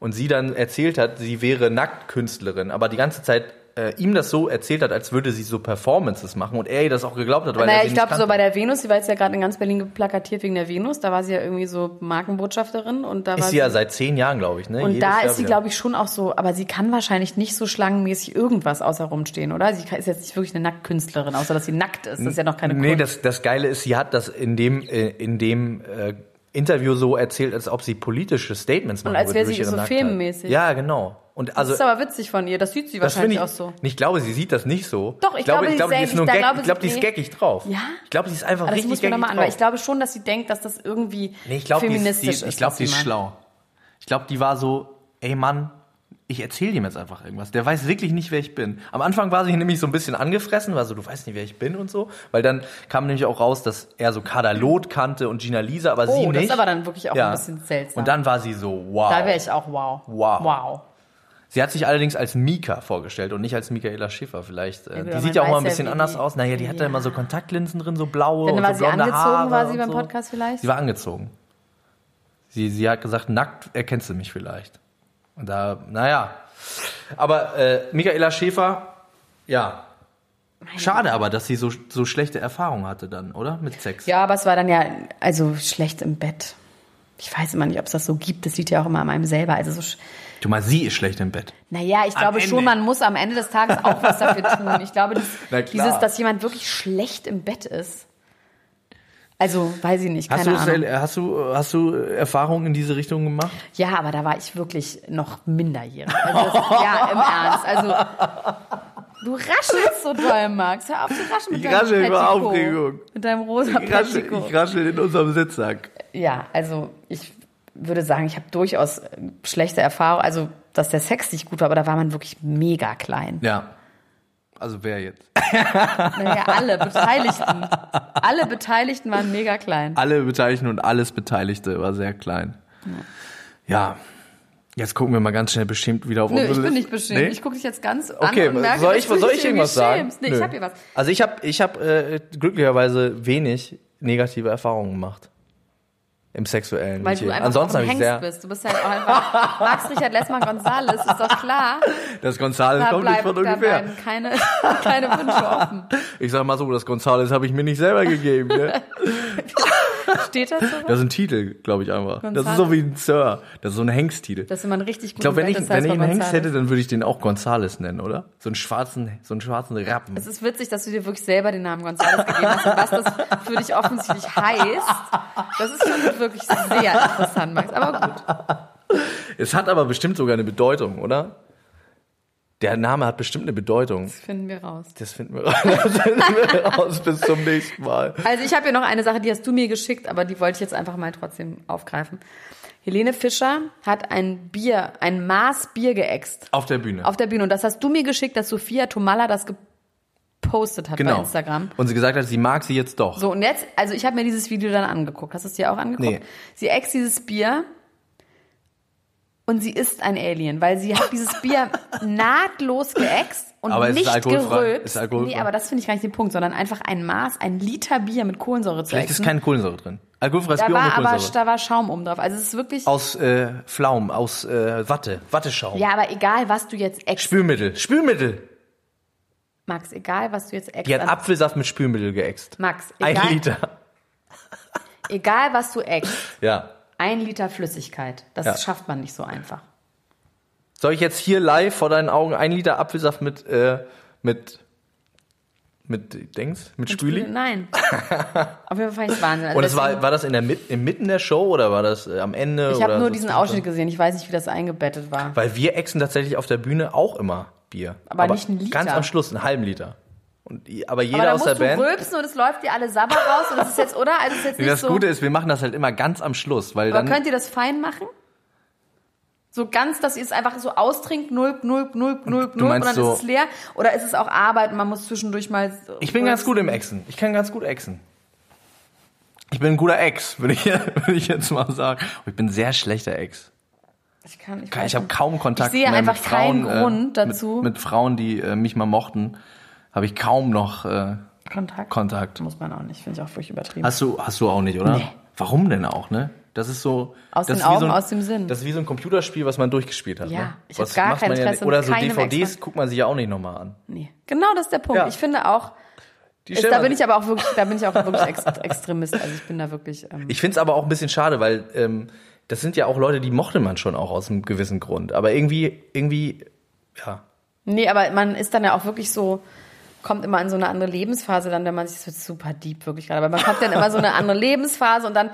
[SPEAKER 4] Und sie dann erzählt hat, sie wäre Nacktkünstlerin, aber die ganze Zeit äh, ihm das so erzählt hat, als würde sie so Performances machen und er ihr das auch geglaubt hat, weil er
[SPEAKER 3] Naja,
[SPEAKER 4] sie
[SPEAKER 3] ich
[SPEAKER 4] nicht
[SPEAKER 3] glaube, so
[SPEAKER 4] kannte.
[SPEAKER 3] bei der Venus, die war jetzt ja gerade in ganz Berlin plakatiert wegen der Venus, da war sie ja irgendwie so Markenbotschafterin und da war
[SPEAKER 4] ist sie ja seit zehn Jahren, glaube ich. Ne?
[SPEAKER 3] und
[SPEAKER 4] Jedes
[SPEAKER 3] da
[SPEAKER 4] Jahr
[SPEAKER 3] ist sie,
[SPEAKER 4] wieder.
[SPEAKER 3] glaube ich, schon auch so, aber sie kann wahrscheinlich nicht so schlangenmäßig irgendwas außer rumstehen, oder? Sie ist jetzt nicht wirklich eine Nacktkünstlerin, außer dass sie nackt ist. Das ist ja noch keine
[SPEAKER 4] Nee,
[SPEAKER 3] Kunst.
[SPEAKER 4] das, das Geile ist, sie hat das in dem, äh, in dem äh, Interview so erzählt, als ob sie politische Statements machen
[SPEAKER 3] als
[SPEAKER 4] würde
[SPEAKER 3] wäre
[SPEAKER 4] durch
[SPEAKER 3] sie
[SPEAKER 4] ihre
[SPEAKER 3] so
[SPEAKER 4] Nacktheit.
[SPEAKER 3] filmmäßig.
[SPEAKER 4] Ja, genau. Und also,
[SPEAKER 3] das ist aber witzig von ihr, das sieht sie
[SPEAKER 4] das finde
[SPEAKER 3] wahrscheinlich
[SPEAKER 4] ich,
[SPEAKER 3] auch so.
[SPEAKER 4] ich glaube, sie sieht das nicht so.
[SPEAKER 3] Doch, ich glaube,
[SPEAKER 4] ich
[SPEAKER 3] sie
[SPEAKER 4] glaube, die
[SPEAKER 3] sehen
[SPEAKER 4] ist nur
[SPEAKER 3] sich
[SPEAKER 4] gag,
[SPEAKER 3] da, glaube
[SPEAKER 4] ich glaube,
[SPEAKER 3] sie-
[SPEAKER 4] die ist
[SPEAKER 3] nee.
[SPEAKER 4] gaggig drauf.
[SPEAKER 3] Ja?
[SPEAKER 4] Ich glaube, sie ist einfach
[SPEAKER 3] Aber das
[SPEAKER 4] richtig
[SPEAKER 3] muss man
[SPEAKER 4] gaggig
[SPEAKER 3] nochmal an,
[SPEAKER 4] drauf.
[SPEAKER 3] weil ich glaube schon, dass sie denkt, dass das irgendwie
[SPEAKER 4] nee, ich glaube, die ist, die,
[SPEAKER 3] feministisch
[SPEAKER 4] ich glaube,
[SPEAKER 3] was
[SPEAKER 4] die ist
[SPEAKER 3] sie macht.
[SPEAKER 4] schlau. Ich glaube, die war so, ey Mann, ich erzähle ihm jetzt einfach irgendwas. Der weiß wirklich nicht, wer ich bin. Am Anfang war sie nämlich so ein bisschen angefressen, war so, du weißt nicht, wer ich bin und so. Weil dann kam nämlich auch raus, dass er so Kadalot kannte und Gina Lisa, aber sie
[SPEAKER 3] Oh,
[SPEAKER 4] nicht.
[SPEAKER 3] das ist aber dann wirklich auch ein bisschen seltsam.
[SPEAKER 4] Und dann war sie so, wow.
[SPEAKER 3] Da wäre ich auch wow.
[SPEAKER 4] Wow.
[SPEAKER 3] Wow.
[SPEAKER 4] Sie hat sich allerdings als Mika vorgestellt und nicht als Michaela Schiffer vielleicht. Äh,
[SPEAKER 3] gut,
[SPEAKER 4] die
[SPEAKER 3] aber
[SPEAKER 4] sieht ja auch
[SPEAKER 3] man
[SPEAKER 4] mal ein
[SPEAKER 3] weiß ja,
[SPEAKER 4] bisschen
[SPEAKER 3] wie
[SPEAKER 4] anders
[SPEAKER 3] die-
[SPEAKER 4] aus. Naja, die hat da
[SPEAKER 3] Ja.
[SPEAKER 4] immer so Kontaktlinsen drin, so blaue
[SPEAKER 3] Dann
[SPEAKER 4] und
[SPEAKER 3] war
[SPEAKER 4] so
[SPEAKER 3] sie
[SPEAKER 4] blonde
[SPEAKER 3] angezogen,
[SPEAKER 4] Haare
[SPEAKER 3] war sie
[SPEAKER 4] und
[SPEAKER 3] beim
[SPEAKER 4] so.
[SPEAKER 3] Podcast vielleicht?
[SPEAKER 4] Sie war angezogen. Sie, sie hat gesagt, nackt erkennst du mich vielleicht. Und da, naja. Aber äh, Michaela Schäfer, ja. Schade aber, dass sie so, so schlechte Erfahrungen hatte dann, oder? Mit Sex.
[SPEAKER 3] Ja, aber es war dann ja, also schlecht im Bett. Ich weiß immer nicht, ob es das so gibt. Das liegt ja auch immer an einem selber. Also so, sch-
[SPEAKER 4] Du mal, sie ist schlecht im Bett.
[SPEAKER 3] naja, ich glaube
[SPEAKER 4] Ende.
[SPEAKER 3] schon, man muss am Ende des Tages auch was dafür tun. Ich glaube,
[SPEAKER 4] Na
[SPEAKER 3] dies,
[SPEAKER 4] klar.
[SPEAKER 3] dieses, dass jemand wirklich schlecht im Bett ist. Also, weiß ich nicht,
[SPEAKER 4] Hast
[SPEAKER 3] keine
[SPEAKER 4] du,
[SPEAKER 3] Ahnung.
[SPEAKER 4] hast, du, hast du Erfahrungen in diese Richtung gemacht?
[SPEAKER 3] Ja, aber da war ich wirklich noch minderjährig. Also, das, ja, im Ernst. Also, du raschelst so doll, Max. Hör auf zu raschen mit
[SPEAKER 4] Ich
[SPEAKER 3] deinem
[SPEAKER 4] raschel über
[SPEAKER 3] Petticoat.
[SPEAKER 4] Aufregung.
[SPEAKER 3] Mit deinem rosa Petticoat.
[SPEAKER 4] raschel in unserem Sitzsack.
[SPEAKER 3] Ja, also ich würde sagen, ich habe durchaus äh, schlechte Erfahrungen. Also, dass der Sex nicht gut war, aber da war man wirklich mega klein.
[SPEAKER 4] Ja. Also wer jetzt?
[SPEAKER 3] Naja, alle Beteiligten. Alle Beteiligten waren mega klein.
[SPEAKER 4] Alle Beteiligten und alles Beteiligte war sehr klein. Ja. Jetzt gucken wir mal ganz schnell bestimmt wieder auf
[SPEAKER 3] Nö,
[SPEAKER 4] unsere
[SPEAKER 3] ich bin
[SPEAKER 4] Liste.
[SPEAKER 3] nicht beschämt.
[SPEAKER 4] Nee?
[SPEAKER 3] Ich gucke dich jetzt ganz
[SPEAKER 4] Okay,
[SPEAKER 3] an und merke,
[SPEAKER 4] soll
[SPEAKER 3] dass
[SPEAKER 4] ich,
[SPEAKER 3] du dich
[SPEAKER 4] soll ich
[SPEAKER 3] irgendwie
[SPEAKER 4] irgendwas sagen?
[SPEAKER 3] schämst. Nee,
[SPEAKER 4] Nö.
[SPEAKER 3] ich habe hier was.
[SPEAKER 4] Also ich habe ich hab, äh, glücklicherweise wenig negative Erfahrungen gemacht. Im sexuellen.
[SPEAKER 3] Weil
[SPEAKER 4] Metier.
[SPEAKER 3] du einfach
[SPEAKER 4] Ansonsten
[SPEAKER 3] ein
[SPEAKER 4] habe ich
[SPEAKER 3] Hengst
[SPEAKER 4] sehr...
[SPEAKER 3] bist. Du bist halt auch einfach Max Richard Lessmann Gonzales, ist doch klar.
[SPEAKER 4] Das Gonzales
[SPEAKER 3] Da,
[SPEAKER 4] kommt nicht
[SPEAKER 3] bleiben,
[SPEAKER 4] von
[SPEAKER 3] da
[SPEAKER 4] ungefähr.
[SPEAKER 3] bleiben keine, keine Wünsche offen.
[SPEAKER 4] Ich sag mal so, das Gonzales habe ich mir nicht selber gegeben. Ne?
[SPEAKER 3] Steht das so?
[SPEAKER 4] Das ist ein Titel, glaube ich einfach. Das ist
[SPEAKER 3] Gonzales.
[SPEAKER 4] so wie ein Sir. Das ist so ein Hengsttitel.
[SPEAKER 3] Das ist immer ein richtig
[SPEAKER 4] Ich
[SPEAKER 3] guter
[SPEAKER 4] glaube, wenn ich,
[SPEAKER 3] das
[SPEAKER 4] wenn
[SPEAKER 3] heißt
[SPEAKER 4] ich
[SPEAKER 3] bei
[SPEAKER 4] einen Hengst
[SPEAKER 3] Gonzales.
[SPEAKER 4] hätte, dann würde ich den auch Gonzales nennen, oder? So einen schwarzen, so einen schwarzen Rappen.
[SPEAKER 3] Es ist witzig, dass du dir wirklich selber den Namen Gonzales gegeben hast und was das für dich offensichtlich heißt. Das ist schon wirklich sehr interessant, Max. Aber gut.
[SPEAKER 4] Es hat aber bestimmt sogar eine Bedeutung, oder? Der Name hat bestimmt eine Bedeutung.
[SPEAKER 3] Das finden wir raus.
[SPEAKER 4] Das finden wir raus. Das finden wir raus. Bis zum nächsten Mal.
[SPEAKER 3] Also ich habe hier noch eine Sache, die hast du mir geschickt, aber die wollte ich jetzt einfach mal trotzdem aufgreifen. Helene Fischer hat ein Bier, ein Maß Bier geäxt
[SPEAKER 4] Auf der Bühne.
[SPEAKER 3] auf der Bühne. Und das hast du mir geschickt, dass Sophia Tomalla das gepostet hat
[SPEAKER 4] Genau.
[SPEAKER 3] bei Instagram.
[SPEAKER 4] Und sie gesagt hat, sie mag sie jetzt doch.
[SPEAKER 3] So, und jetzt, also ich habe mir dieses Video dann angeguckt. Hast du es dir auch angeguckt?
[SPEAKER 4] Nee.
[SPEAKER 3] Sie äxt dieses Bier und sie ist ein Alien, weil sie hat dieses Bier nahtlos geäxt und
[SPEAKER 4] Aber es ist
[SPEAKER 3] nicht
[SPEAKER 4] alkoholfrei.
[SPEAKER 3] gerülpst.
[SPEAKER 4] Ist alkoholfrei.
[SPEAKER 3] Nee, aber das finde ich gar nicht den Punkt, sondern einfach ein Maß, ein Liter Bier mit Kohlensäure zu
[SPEAKER 4] Vielleicht ist
[SPEAKER 3] ächzen.
[SPEAKER 4] keine Kohlensäure drin. Alkoholfreies
[SPEAKER 3] da
[SPEAKER 4] Bier ohne
[SPEAKER 3] war ne? aber,
[SPEAKER 4] Kohlensäure.
[SPEAKER 3] da war Schaum oben drauf. Also es ist wirklich,
[SPEAKER 4] Aus äh, Pflaumen, aus äh, Watte, Watteschaum.
[SPEAKER 3] ja, aber egal, was du jetzt äxt,
[SPEAKER 4] Spülmittel, Spülmittel.
[SPEAKER 3] Max, egal, was du jetzt äxt.
[SPEAKER 4] Die hat
[SPEAKER 3] an-
[SPEAKER 4] Apfelsaft mit Spülmittel geäxt.
[SPEAKER 3] Max,
[SPEAKER 4] Ein
[SPEAKER 3] egal,
[SPEAKER 4] Liter.
[SPEAKER 3] egal, was du äxt,
[SPEAKER 4] Ja.
[SPEAKER 3] ein Liter Flüssigkeit, das
[SPEAKER 4] Ja.
[SPEAKER 3] schafft man nicht so einfach.
[SPEAKER 4] Soll ich jetzt hier live vor deinen Augen ein Liter Apfelsaft mit, äh, mit, mit Dings, mit Spüli?
[SPEAKER 3] Nein. Auf jeden Fall fand ich es Wahnsinn. Also
[SPEAKER 4] Und es war,
[SPEAKER 3] ne? deswegen-
[SPEAKER 4] war das in der Mit, im Mitten der Show oder war das äh, am Ende?
[SPEAKER 3] ich habe
[SPEAKER 4] oder
[SPEAKER 3] nur
[SPEAKER 4] so?
[SPEAKER 3] diesen Ausschnitt gesehen. Ich weiß nicht, wie das eingebettet war.
[SPEAKER 4] Weil wir exen tatsächlich auf der Bühne auch immer Bier.
[SPEAKER 3] Aber nicht einen Liter.
[SPEAKER 4] Ganz am Schluss, einen halben Liter. Und, i- aber jeder
[SPEAKER 3] Aber da
[SPEAKER 4] aus
[SPEAKER 3] musst
[SPEAKER 4] der
[SPEAKER 3] du
[SPEAKER 4] Band.
[SPEAKER 3] rülpsen und es läuft dir alle Sabber raus. Und das ist jetzt, oder? Also es ist jetzt
[SPEAKER 4] Nee,
[SPEAKER 3] nicht
[SPEAKER 4] Das
[SPEAKER 3] so.
[SPEAKER 4] Gute ist, wir machen das halt immer ganz am Schluss, weil
[SPEAKER 3] aber
[SPEAKER 4] dann.
[SPEAKER 3] könnt ihr das fein machen? So ganz, dass ihr es einfach so austrinkt, nulp, nulp, nulp, nulp,
[SPEAKER 4] Du
[SPEAKER 3] nulp und
[SPEAKER 4] meinst
[SPEAKER 3] dann
[SPEAKER 4] so-
[SPEAKER 3] ist es leer. Oder ist es auch Arbeit und man muss zwischendurch mal. so-
[SPEAKER 4] ich bin ganz gut im Exen. Ich kann ganz gut exen. Ich bin ein guter Ex, würde ich, würde ich jetzt mal sagen. Und ich bin ein sehr schlechter Ex.
[SPEAKER 3] Ich kann, ich,
[SPEAKER 4] Ke-
[SPEAKER 3] weiß
[SPEAKER 4] Ich habe
[SPEAKER 3] nicht.
[SPEAKER 4] kaum Kontakt
[SPEAKER 3] Ich sehe
[SPEAKER 4] mehr
[SPEAKER 3] einfach
[SPEAKER 4] mit Frauen,
[SPEAKER 3] keinen Grund
[SPEAKER 4] äh,
[SPEAKER 3] dazu.
[SPEAKER 4] Mit, mit Frauen, die äh, mich mal mochten, habe ich kaum noch äh,
[SPEAKER 3] Kontakt.
[SPEAKER 4] Kontakt.
[SPEAKER 3] Muss man auch nicht, finde ich auch furchtbar übertrieben.
[SPEAKER 4] Hast du, hast du auch nicht, oder?
[SPEAKER 3] Nee.
[SPEAKER 4] Warum denn auch, ne? Das ist so. das
[SPEAKER 3] Aus den
[SPEAKER 4] ist wie
[SPEAKER 3] Augen,
[SPEAKER 4] so ein,
[SPEAKER 3] aus dem Sinn.
[SPEAKER 4] Das ist wie so ein Computerspiel, was man durchgespielt hat.
[SPEAKER 3] Ja,
[SPEAKER 4] ne?
[SPEAKER 3] ich hab
[SPEAKER 4] Was
[SPEAKER 3] gar
[SPEAKER 4] macht
[SPEAKER 3] kein
[SPEAKER 4] man
[SPEAKER 3] Interesse
[SPEAKER 4] Oder so
[SPEAKER 3] mit keinem
[SPEAKER 4] DVDs
[SPEAKER 3] Extra.
[SPEAKER 4] guckt man sich ja auch nicht nochmal an.
[SPEAKER 3] nee. Genau das ist der Punkt.
[SPEAKER 4] Ja.
[SPEAKER 3] Ich finde auch,
[SPEAKER 4] Die
[SPEAKER 3] Ist,
[SPEAKER 4] stellt
[SPEAKER 3] da
[SPEAKER 4] man
[SPEAKER 3] bin
[SPEAKER 4] sich-
[SPEAKER 3] ich aber auch wirklich, da bin ich auch wirklich ex Extremist. Also ich bin da wirklich. Ähm,
[SPEAKER 4] Ich finde es aber auch ein bisschen schade, weil ähm, das sind ja auch Leute, die mochte man schon auch aus einem gewissen Grund. Aber irgendwie, irgendwie, ja.
[SPEAKER 3] nee, aber man ist dann ja auch wirklich so, kommt immer in so eine andere Lebensphase dann, wenn man sich, das wird super deep wirklich gerade, aber man kommt dann immer so eine andere Lebensphase und dann,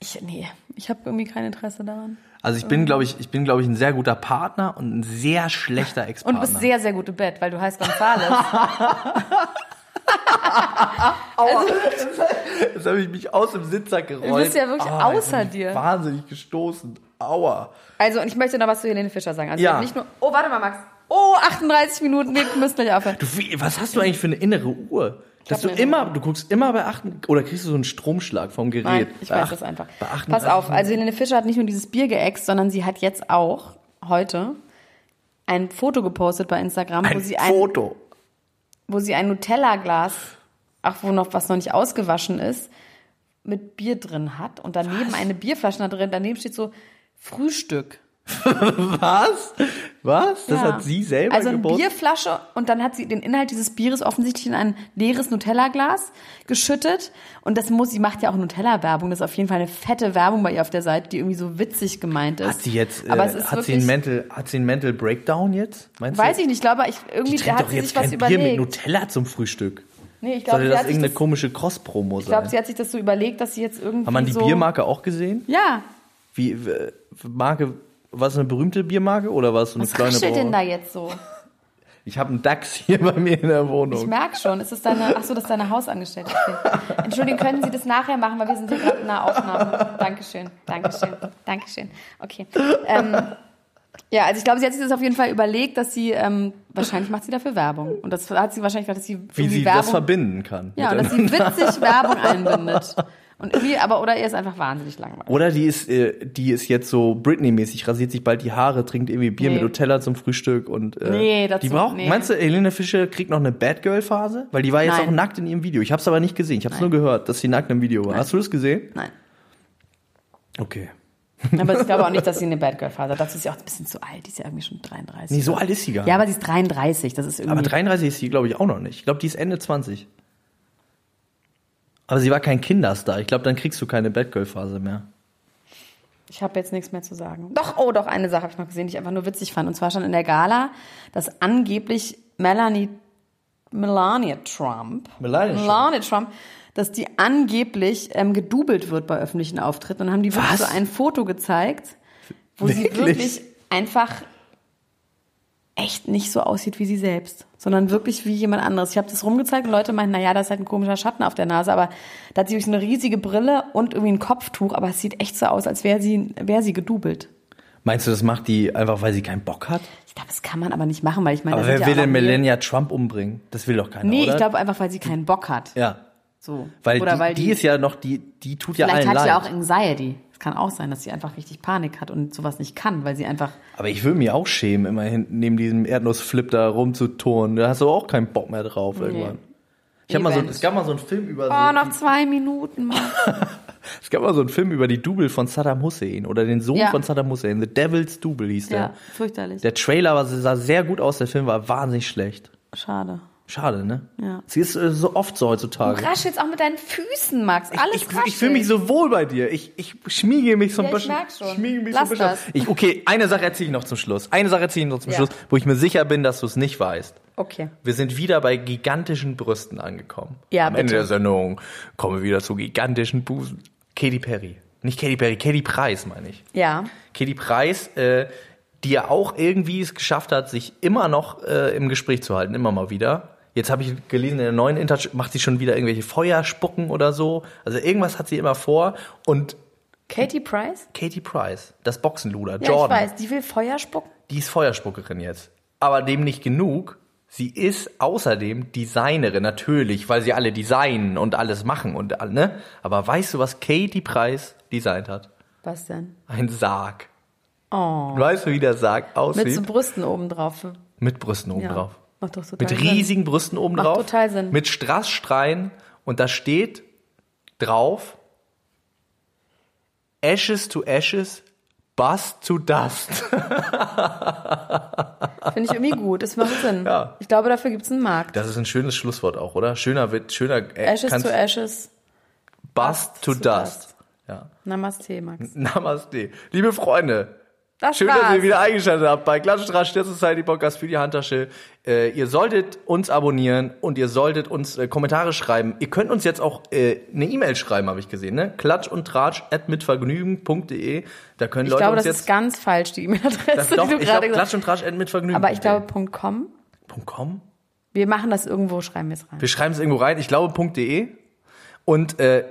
[SPEAKER 3] ich, nee, ich habe irgendwie kein Interesse daran.
[SPEAKER 4] Also ich bin, glaube ich, ich bin, glaube ich, ein sehr guter Partner und ein sehr schlechter
[SPEAKER 3] Und du
[SPEAKER 4] Ex-Partner.
[SPEAKER 3] bist sehr, sehr gut im Bett, weil du heißt Gonzales. Also,
[SPEAKER 4] Jetzt habe ich mich aus dem Sitzer gerollt. Ah,
[SPEAKER 3] Du bist ja wirklich
[SPEAKER 4] jetzt
[SPEAKER 3] außer
[SPEAKER 4] bin ich
[SPEAKER 3] dir.
[SPEAKER 4] Wahnsinnig gestoßen. Aua.
[SPEAKER 3] Also, und ich möchte noch was zu Helene Fischer sagen. Also
[SPEAKER 4] Ja.
[SPEAKER 3] nicht nur, oh, warte mal, Max. Oh, 38 Minuten, wir müssen gleich aufhören.
[SPEAKER 4] Du, wie, was hast du eigentlich für eine innere Uhr? Dass
[SPEAKER 3] hab
[SPEAKER 4] du
[SPEAKER 3] eine innere
[SPEAKER 4] immer, du guckst immer bei achten oder kriegst du so einen Stromschlag vom Gerät.
[SPEAKER 3] Nein, ich
[SPEAKER 4] Bei
[SPEAKER 3] weiß
[SPEAKER 4] acht-
[SPEAKER 3] das einfach.
[SPEAKER 4] Bei achten-
[SPEAKER 3] Pass auf, also Helene Fischer hat nicht nur dieses Bier geäxt, sondern sie hat jetzt auch heute ein Foto gepostet bei Instagram, wo
[SPEAKER 4] Ein
[SPEAKER 3] sie ein,
[SPEAKER 4] Foto.
[SPEAKER 3] wo sie ein Nutella-Glas, ach, wo noch was noch nicht ausgewaschen ist, mit Bier drin hat und daneben eine Bierflasche da drin, daneben steht so Frühstück.
[SPEAKER 4] Was? Was? Das
[SPEAKER 3] Ja.
[SPEAKER 4] hat sie selber
[SPEAKER 3] Also eine
[SPEAKER 4] geboten?
[SPEAKER 3] Bierflasche und dann hat sie den Inhalt dieses Bieres offensichtlich in ein leeres Nutella-Glas geschüttet. Und das muss, sie macht ja auch Nutella-Werbung. Das ist auf jeden Fall eine fette Werbung bei ihr auf der Seite, die irgendwie so witzig gemeint ist.
[SPEAKER 4] Hat sie jetzt,
[SPEAKER 3] Aber
[SPEAKER 4] äh,
[SPEAKER 3] es
[SPEAKER 4] hat,
[SPEAKER 3] ist
[SPEAKER 4] sie
[SPEAKER 3] wirklich,
[SPEAKER 4] einen Mental, hat sie einen Mental Breakdown jetzt? Meinst
[SPEAKER 3] weiß
[SPEAKER 4] du?
[SPEAKER 3] ich nicht, ich glaube, ich, irgendwie
[SPEAKER 4] Die
[SPEAKER 3] da
[SPEAKER 4] trinkt
[SPEAKER 3] hat
[SPEAKER 4] doch
[SPEAKER 3] sie sich
[SPEAKER 4] jetzt
[SPEAKER 3] was
[SPEAKER 4] kein Bier mit
[SPEAKER 3] überlegt.
[SPEAKER 4] Nutella zum Frühstück.
[SPEAKER 3] Nee, ich glaube,
[SPEAKER 4] Sollte
[SPEAKER 3] sie,
[SPEAKER 4] das
[SPEAKER 3] hat sich
[SPEAKER 4] irgendeine
[SPEAKER 3] das-
[SPEAKER 4] komische Cross-Promo sein?
[SPEAKER 3] ich glaube, sie hat sich das so überlegt, dass sie jetzt irgendwie
[SPEAKER 4] Haben man die
[SPEAKER 3] so,
[SPEAKER 4] Biermarke auch gesehen?
[SPEAKER 3] Ja,
[SPEAKER 4] Wie, w- Marke, war es eine berühmte Biermarke oder war es so eine
[SPEAKER 3] was
[SPEAKER 4] kleine
[SPEAKER 3] raschelt denn da
[SPEAKER 4] Brauerei?
[SPEAKER 3] jetzt so?
[SPEAKER 4] Ich habe einen Dachs hier bei mir in der
[SPEAKER 3] Ich
[SPEAKER 4] Wohnung.
[SPEAKER 3] merke schon, ist das deine, ach so, das ist deine Hausangestellte. Okay. Entschuldigung, können Sie das nachher machen, weil wir sind hier gerade in einer Aufnahme. Dankeschön, Dankeschön, Dankeschön. Okay. Ähm, ja, also ich glaube, sie hat sich das auf jeden Fall überlegt, dass sie, ähm, wahrscheinlich macht sie dafür Werbung. Und das hat sie wahrscheinlich gedacht, dass sie
[SPEAKER 4] Wie
[SPEAKER 3] irgendwie
[SPEAKER 4] sie das
[SPEAKER 3] Werbung,
[SPEAKER 4] verbinden kann.
[SPEAKER 3] ja, und dass sie witzig Werbung einbindet. Und irgendwie, aber, oder ihr ist einfach wahnsinnig langweilig.
[SPEAKER 4] Oder die ist, äh, die ist jetzt so Britney-mäßig, rasiert sich bald die Haare, trinkt irgendwie Bier
[SPEAKER 3] Nee.
[SPEAKER 4] mit Nutella zum Frühstück und äh,
[SPEAKER 3] Nee, dazu-
[SPEAKER 4] die braucht.
[SPEAKER 3] nee.
[SPEAKER 4] Meinst du, Helene Fischer kriegt noch eine Bad Girl Phase? Weil die war jetzt
[SPEAKER 3] Nein.
[SPEAKER 4] auch nackt in ihrem Video. Ich habe es aber nicht gesehen. Ich habe es
[SPEAKER 3] Nein.
[SPEAKER 4] nur gehört, dass sie nackt im Video war. Hast du das gesehen?
[SPEAKER 3] Nein.
[SPEAKER 4] Okay.
[SPEAKER 3] Aber ich glaube auch nicht, dass sie eine Bad Girl Phase hat. Dazu ist sie auch ein bisschen zu alt. Die ist ja irgendwie schon 33.
[SPEAKER 4] Nee, so alt ist sie gar nicht.
[SPEAKER 3] Ja, aber sie ist 33. Das ist irgendwie.
[SPEAKER 4] aber 33 ist sie, glaube ich, auch noch nicht. Ich glaube, die ist Ende 20. Aber sie war kein Kinderstar. Ich glaube, dann kriegst du keine Bad Girl Phase mehr.
[SPEAKER 3] Ich habe jetzt nichts mehr zu sagen. Doch, oh, doch, eine Sache habe ich noch gesehen, die ich einfach nur witzig fand. Und zwar schon in der Gala, dass angeblich Melanie, Melania Trump,
[SPEAKER 4] Melania Trump.
[SPEAKER 3] Melania Trump, dass die angeblich ähm, gedoubelt wird bei öffentlichen Auftritten. Und dann haben die wirklich
[SPEAKER 4] Was?
[SPEAKER 3] so ein Foto gezeigt, wo
[SPEAKER 4] Wirklich?
[SPEAKER 3] sie wirklich einfach echt nicht so aussieht wie sie selbst, sondern wirklich wie jemand anderes. Ich habe das rumgezeigt und Leute meinten, naja, da ist halt ein komischer Schatten auf der Nase, aber da hat sie wirklich so eine riesige Brille und irgendwie ein Kopftuch, aber es sieht echt so aus, als wäre sie, wäre sie gedoubelt.
[SPEAKER 4] Meinst du, das macht die einfach, weil sie keinen Bock hat?
[SPEAKER 3] Ich glaube, das kann man aber nicht machen, weil ich meine,
[SPEAKER 4] Aber
[SPEAKER 3] das
[SPEAKER 4] wer
[SPEAKER 3] sind ja
[SPEAKER 4] will
[SPEAKER 3] auch
[SPEAKER 4] denn
[SPEAKER 3] noch die-
[SPEAKER 4] Melania Trump umbringen? Das will doch keiner,
[SPEAKER 3] Nee,
[SPEAKER 4] oder?
[SPEAKER 3] ich glaube einfach, weil sie keinen Bock hat.
[SPEAKER 4] Ja.
[SPEAKER 3] So.
[SPEAKER 4] Weil,
[SPEAKER 3] Oder
[SPEAKER 4] die,
[SPEAKER 3] weil
[SPEAKER 4] die,
[SPEAKER 3] die,
[SPEAKER 4] ist ja noch, die, die tut ja
[SPEAKER 3] vielleicht
[SPEAKER 4] allen
[SPEAKER 3] hat
[SPEAKER 4] leid.
[SPEAKER 3] sie auch Anxiety. Es kann auch sein, dass sie einfach richtig Panik hat und sowas nicht kann, weil sie einfach
[SPEAKER 4] Aber ich würde mich auch schämen, immer hinten neben diesem Erdnussflip da rumzuturnen. Da hast du auch keinen Bock mehr drauf irgendwann. Ich hab mal so,
[SPEAKER 3] Eben.
[SPEAKER 4] es gab mal so einen Film über
[SPEAKER 3] Oh,
[SPEAKER 4] so,
[SPEAKER 3] noch zwei Minuten. Mann.
[SPEAKER 4] es gab mal so einen Film über die Double von Saddam Hussein oder den Sohn
[SPEAKER 3] Ja.
[SPEAKER 4] von Saddam Hussein, The Devil's Double hieß der.
[SPEAKER 3] Ja, fürchterlich.
[SPEAKER 4] Der Trailer war, sah sehr gut aus, der Film war wahnsinnig schlecht.
[SPEAKER 3] Schade.
[SPEAKER 4] Schade, ne?
[SPEAKER 3] Ja.
[SPEAKER 4] Sie ist äh, so oft so heutzutage.
[SPEAKER 3] Raschelst auch mit deinen Füßen, Max. Alles
[SPEAKER 4] ich, ich fühle mich so wohl bei dir. Ich, ich schmiege mich so ein
[SPEAKER 3] Ja, ich
[SPEAKER 4] bisschen.
[SPEAKER 3] merk schon.
[SPEAKER 4] Schmiege mich
[SPEAKER 3] Lass
[SPEAKER 4] so ein bisschen.
[SPEAKER 3] das.
[SPEAKER 4] Ich, okay, eine Sache erzähle ich noch zum Schluss. Eine Sache erzähle ich noch zum
[SPEAKER 3] Ja.
[SPEAKER 4] Schluss, wo ich mir sicher bin, dass du es nicht weißt.
[SPEAKER 3] Okay.
[SPEAKER 4] Wir sind wieder bei gigantischen Brüsten angekommen.
[SPEAKER 3] Ja,
[SPEAKER 4] Am Ende
[SPEAKER 3] bitte.
[SPEAKER 4] der Sendung kommen wir wieder zu gigantischen Busen. Katy Perry. Nicht Katy Perry, Katy Price meine ich.
[SPEAKER 3] Ja.
[SPEAKER 4] Katy Price, äh, die ja auch irgendwie es geschafft hat, sich immer noch äh, im Gespräch zu halten, immer mal wieder. Jetzt habe ich gelesen, in der neuen Internet macht sie schon wieder irgendwelche Feuerspucken oder so. Also irgendwas hat sie immer vor. Und
[SPEAKER 3] Katie Price?
[SPEAKER 4] Katy Price, das Boxenluder,
[SPEAKER 3] Ja,
[SPEAKER 4] Jordan,
[SPEAKER 3] ich weiß. Die will Feuer spucken.
[SPEAKER 4] die ist Feuerspuckerin jetzt. Aber dem nicht genug. Sie ist außerdem Designerin, natürlich, weil sie alle designen und alles machen und all- ne? Aber weißt du, was Katy Price designt hat?
[SPEAKER 3] Was denn?
[SPEAKER 4] Ein Sarg. Oh. Weißt du, wie der Sarg aussieht?
[SPEAKER 3] Mit so Brüsten oben drauf.
[SPEAKER 4] Mit Brüsten oben
[SPEAKER 3] Ja.
[SPEAKER 4] drauf.
[SPEAKER 3] Macht doch total
[SPEAKER 4] Mit riesigen Brüsten oben
[SPEAKER 3] Macht
[SPEAKER 4] drauf.
[SPEAKER 3] total Sinn.
[SPEAKER 4] Mit Strassstreien. Und da steht drauf Ashes to Ashes, Bust to Dust.
[SPEAKER 3] Finde ich irgendwie gut. Das macht Sinn.
[SPEAKER 4] Ja.
[SPEAKER 3] Ich glaube, dafür gibt es einen Markt.
[SPEAKER 4] Das ist ein schönes Schlusswort auch, oder? Schöner Witz, schöner äh,
[SPEAKER 3] Ashes
[SPEAKER 4] kannst-
[SPEAKER 3] to Ashes.
[SPEAKER 4] Bust to
[SPEAKER 3] zu
[SPEAKER 4] Dust. Ja.
[SPEAKER 3] Namaste, Max.
[SPEAKER 4] Namaste. Liebe Freunde,
[SPEAKER 3] Das
[SPEAKER 4] Schön, dass
[SPEAKER 3] war's.
[SPEAKER 4] ihr wieder eingeschaltet habt bei Klatschstraß Stier Society Podcast für die Handtasche. Äh, ihr solltet uns abonnieren und ihr solltet uns äh, Kommentare schreiben. Ihr könnt uns jetzt auch äh, eine E-Mail schreiben, habe ich gesehen, ne? Klatsch und Tratsch at mitvergnügen.de. Da können
[SPEAKER 3] ich
[SPEAKER 4] Leute
[SPEAKER 3] glaube,
[SPEAKER 4] uns
[SPEAKER 3] das
[SPEAKER 4] jetzt.
[SPEAKER 3] ist ganz falsch, die E-Mail-Adresse,
[SPEAKER 4] doch,
[SPEAKER 3] die du
[SPEAKER 4] ich glaube,
[SPEAKER 3] gerade gesagt
[SPEAKER 4] Klatsch und Tratsch at mitvergnügen.
[SPEAKER 3] Aber ich glaube, Punkt .com.
[SPEAKER 4] .com?
[SPEAKER 3] Wir machen das irgendwo, schreiben wir es rein.
[SPEAKER 4] Wir schreiben es irgendwo rein. Ich glaube, .de. Und äh,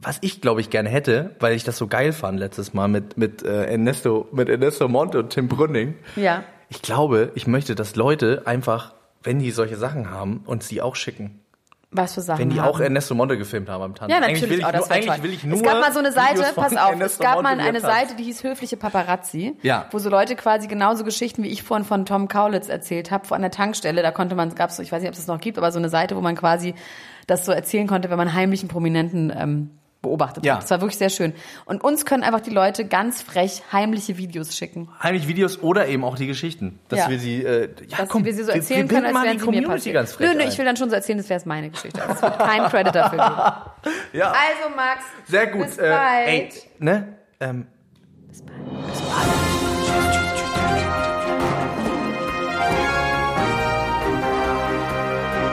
[SPEAKER 4] was ich, glaube ich, gerne hätte, weil ich das so geil fand letztes Mal mit, mit, äh, Ernesto, mit Ernesto Monte und Tim Brünning.
[SPEAKER 3] Ja.
[SPEAKER 4] Ich glaube, ich möchte, dass Leute einfach, wenn die solche Sachen haben, uns die auch schicken.
[SPEAKER 3] Was für Sachen.
[SPEAKER 4] Wenn die
[SPEAKER 3] haben.
[SPEAKER 4] auch Ernesto Monte gefilmt haben am Tanzen.
[SPEAKER 3] Ja,
[SPEAKER 4] Eigentlich will
[SPEAKER 3] natürlich.
[SPEAKER 4] ich,
[SPEAKER 3] Oh, das
[SPEAKER 4] nur,
[SPEAKER 3] wär
[SPEAKER 4] eigentlich
[SPEAKER 3] toll.
[SPEAKER 4] will ich nur
[SPEAKER 3] es gab mal so eine Seite,
[SPEAKER 4] Videos von
[SPEAKER 3] pass auf, es
[SPEAKER 4] Ernesto
[SPEAKER 3] gab mal
[SPEAKER 4] Monte, wie er
[SPEAKER 3] eine
[SPEAKER 4] tanzt.
[SPEAKER 3] Seite, die hieß Höfliche Paparazzi,
[SPEAKER 4] Ja.
[SPEAKER 3] wo so Leute quasi genauso Geschichten, wie ich vorhin von Tom Kaulitz erzählt habe, vor einer Tankstelle, da konnte man, gab's so, ich weiß nicht, ob es das noch gibt, aber so eine Seite, wo man quasi das so erzählen konnte, wenn man heimlichen Prominenten ähm, beobachtet
[SPEAKER 4] Ja.
[SPEAKER 3] hat. Das war wirklich sehr schön. Und uns können einfach die Leute ganz frech heimliche Videos schicken.
[SPEAKER 4] Heimlich Videos oder eben auch die Geschichten. Dass
[SPEAKER 3] Ja.
[SPEAKER 4] wir sie, äh, ja,
[SPEAKER 3] Dass
[SPEAKER 4] komm,
[SPEAKER 3] wir sie so erzählen
[SPEAKER 4] binden
[SPEAKER 3] können, als
[SPEAKER 4] mal die
[SPEAKER 3] wären sie mir
[SPEAKER 4] Community
[SPEAKER 3] passiert.
[SPEAKER 4] ganz frech
[SPEAKER 3] nö, nö,
[SPEAKER 4] ein.
[SPEAKER 3] ich will dann schon so erzählen, das wäre meine Geschichte. Also, es wird kein Credit dafür geben.
[SPEAKER 4] Ja,
[SPEAKER 3] Also Max,
[SPEAKER 4] sehr gut. äh,
[SPEAKER 3] bis bald.
[SPEAKER 4] Ey, ne? Ähm,